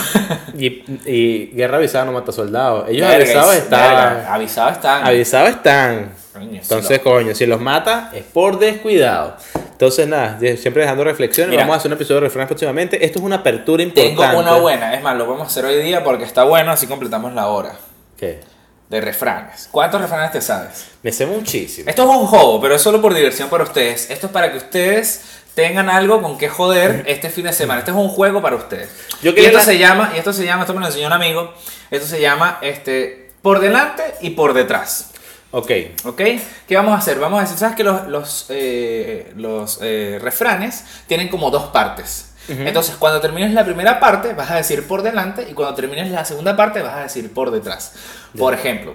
Speaker 5: Y, y guerra avisada no mata soldados. Ellos
Speaker 4: Verga,
Speaker 5: avisados
Speaker 4: es-
Speaker 5: estaban.
Speaker 4: verga, Avisados están.
Speaker 5: Avisados están.
Speaker 4: Coño, sí
Speaker 5: Entonces, coño, si los mata es por descuidado. Entonces, nada, de- siempre dejando reflexiones.
Speaker 4: Mira.
Speaker 5: Vamos a hacer un episodio de reflexiones próximamente. Esto es una apertura importante.
Speaker 4: Tengo una buena, es más, lo podemos hacer hoy día porque está bueno, así completamos la hora
Speaker 5: ¿Qué?
Speaker 4: de refranes. ¿Cuántos refranes te sabes?
Speaker 5: Me sé muchísimo.
Speaker 4: Esto es un juego, pero es solo por diversión para ustedes. Esto es para que ustedes tengan algo con que joder este fin de semana. Este es un juego para ustedes.
Speaker 5: Yo
Speaker 4: y
Speaker 5: quería
Speaker 4: esto
Speaker 5: la-
Speaker 4: se llama, y esto se llama, esto me lo enseñó un amigo, esto se llama este por delante y por detrás.
Speaker 5: Ok.
Speaker 4: ¿Ok? ¿Qué vamos a hacer? Vamos a decir, ¿sabes que los, los, eh, los eh, refranes tienen como dos partes? Entonces, cuando termines la primera parte, vas a decir por delante y cuando termines la segunda parte, vas a decir por detrás. Por ejemplo,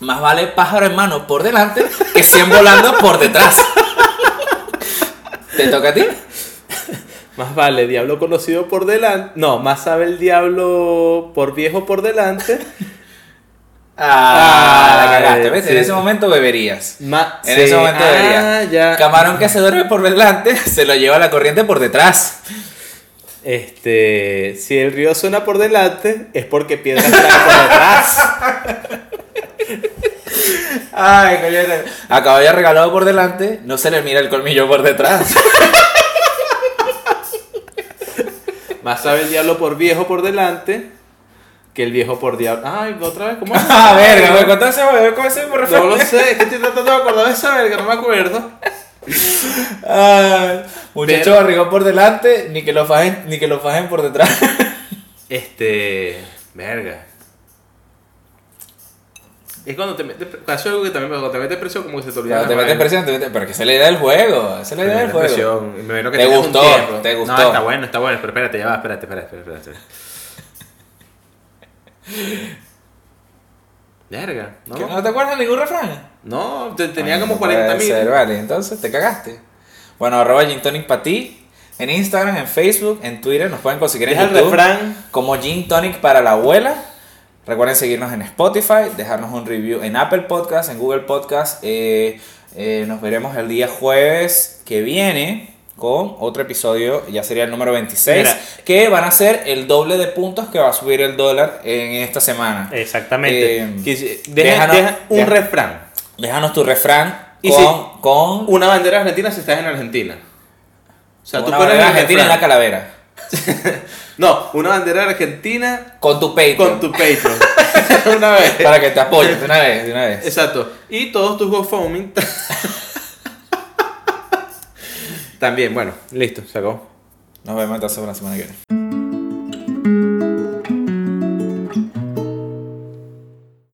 Speaker 4: más vale pájaro en mano por delante que 100 volando por detrás. ¿Te toca a ti?
Speaker 5: Más vale diablo conocido por delante. No, más sabe el diablo por viejo por delante.
Speaker 4: Ah, la
Speaker 5: Ay,
Speaker 4: cagaste. ¿Ves?
Speaker 5: sí.
Speaker 4: En ese momento beberías.
Speaker 5: Ma-
Speaker 4: En
Speaker 5: sí.
Speaker 4: ese momento
Speaker 5: Ah,
Speaker 4: beberías.
Speaker 5: ya.
Speaker 4: Camarón que se duerme por delante, se lo lleva la corriente por detrás.
Speaker 5: Este, si el río suena por delante, es porque piedra suena por detrás.
Speaker 4: Ay, coño. A caballo regalado por delante, no se le mira el colmillo por detrás.
Speaker 5: Más sabe el diablo por viejo por delante que el viejo por diablo. Ay, otra vez, ¿cómo es?
Speaker 4: A ver, Ah, me contaste, me contaste por
Speaker 5: Ah, No lo
Speaker 4: favor.
Speaker 5: sé, es que estoy tratando de acordar de esa verga, no me acuerdo.
Speaker 4: Ay, Muchacho barrigón por delante, ni que lo fajen, ni que lo fajen por detrás.
Speaker 5: Este. Verga. Es cuando te metes. pre- Eso es algo que también cuando te metes preso, como que se te olvida.
Speaker 4: Pero te
Speaker 5: la
Speaker 4: meten
Speaker 5: vaina.
Speaker 4: presión, te meten, pero que se le da el juego, se le
Speaker 5: Te
Speaker 4: da el
Speaker 5: metes
Speaker 4: juego.
Speaker 5: presión. Me imagino que
Speaker 4: Te
Speaker 5: tienes un
Speaker 4: gustó,
Speaker 5: tiempo.
Speaker 4: te gustó.
Speaker 5: No, está bueno, está bueno, pero espérate, ya va, espérate, espérate, espérate. espérate. Verga,
Speaker 4: ¿Qué?
Speaker 5: ¿no?
Speaker 4: ¿No te acuerdas de ningún refrán?
Speaker 5: No, te- tenía
Speaker 4: Ay,
Speaker 5: como
Speaker 4: no puede
Speaker 5: 40 mil.
Speaker 4: ser, Vale, entonces te cagaste. Bueno, arroba Gin Tonic para ti. En Instagram, en Facebook, en Twitter, nos pueden conseguir en
Speaker 5: Deja el
Speaker 4: YouTube
Speaker 5: refrán.
Speaker 4: como Gin Tonic para la abuela. Recuerden seguirnos en Spotify, dejarnos un review en Apple Podcast, en Google Podcast. Eh, eh, nos veremos el día jueves que viene con otro episodio, ya sería el número 26,
Speaker 8: Mira.
Speaker 4: que van a ser el doble de puntos que va a subir el dólar en esta semana.
Speaker 8: Exactamente.
Speaker 4: Eh,
Speaker 5: Que- Deja,
Speaker 4: déjanos-
Speaker 5: deja un
Speaker 4: deja-
Speaker 5: refrán.
Speaker 4: Déjanos tu refrán
Speaker 5: Y
Speaker 4: con,
Speaker 5: si-
Speaker 4: con
Speaker 5: Una bandera argentina si estás en Argentina. O sea, tú
Speaker 4: una
Speaker 5: pones el
Speaker 4: bandera argentina y una
Speaker 5: refrán.
Speaker 4: calavera.
Speaker 5: No, una bandera argentina
Speaker 4: Con tu peito.
Speaker 5: con tu pecho. una vez.
Speaker 4: Para que te apoyes de una vez, de una vez.
Speaker 5: Exacto. Y todos tus GoFundMe. También, bueno, listo, se acabó.
Speaker 4: Nos vemos entonces la semana que viene.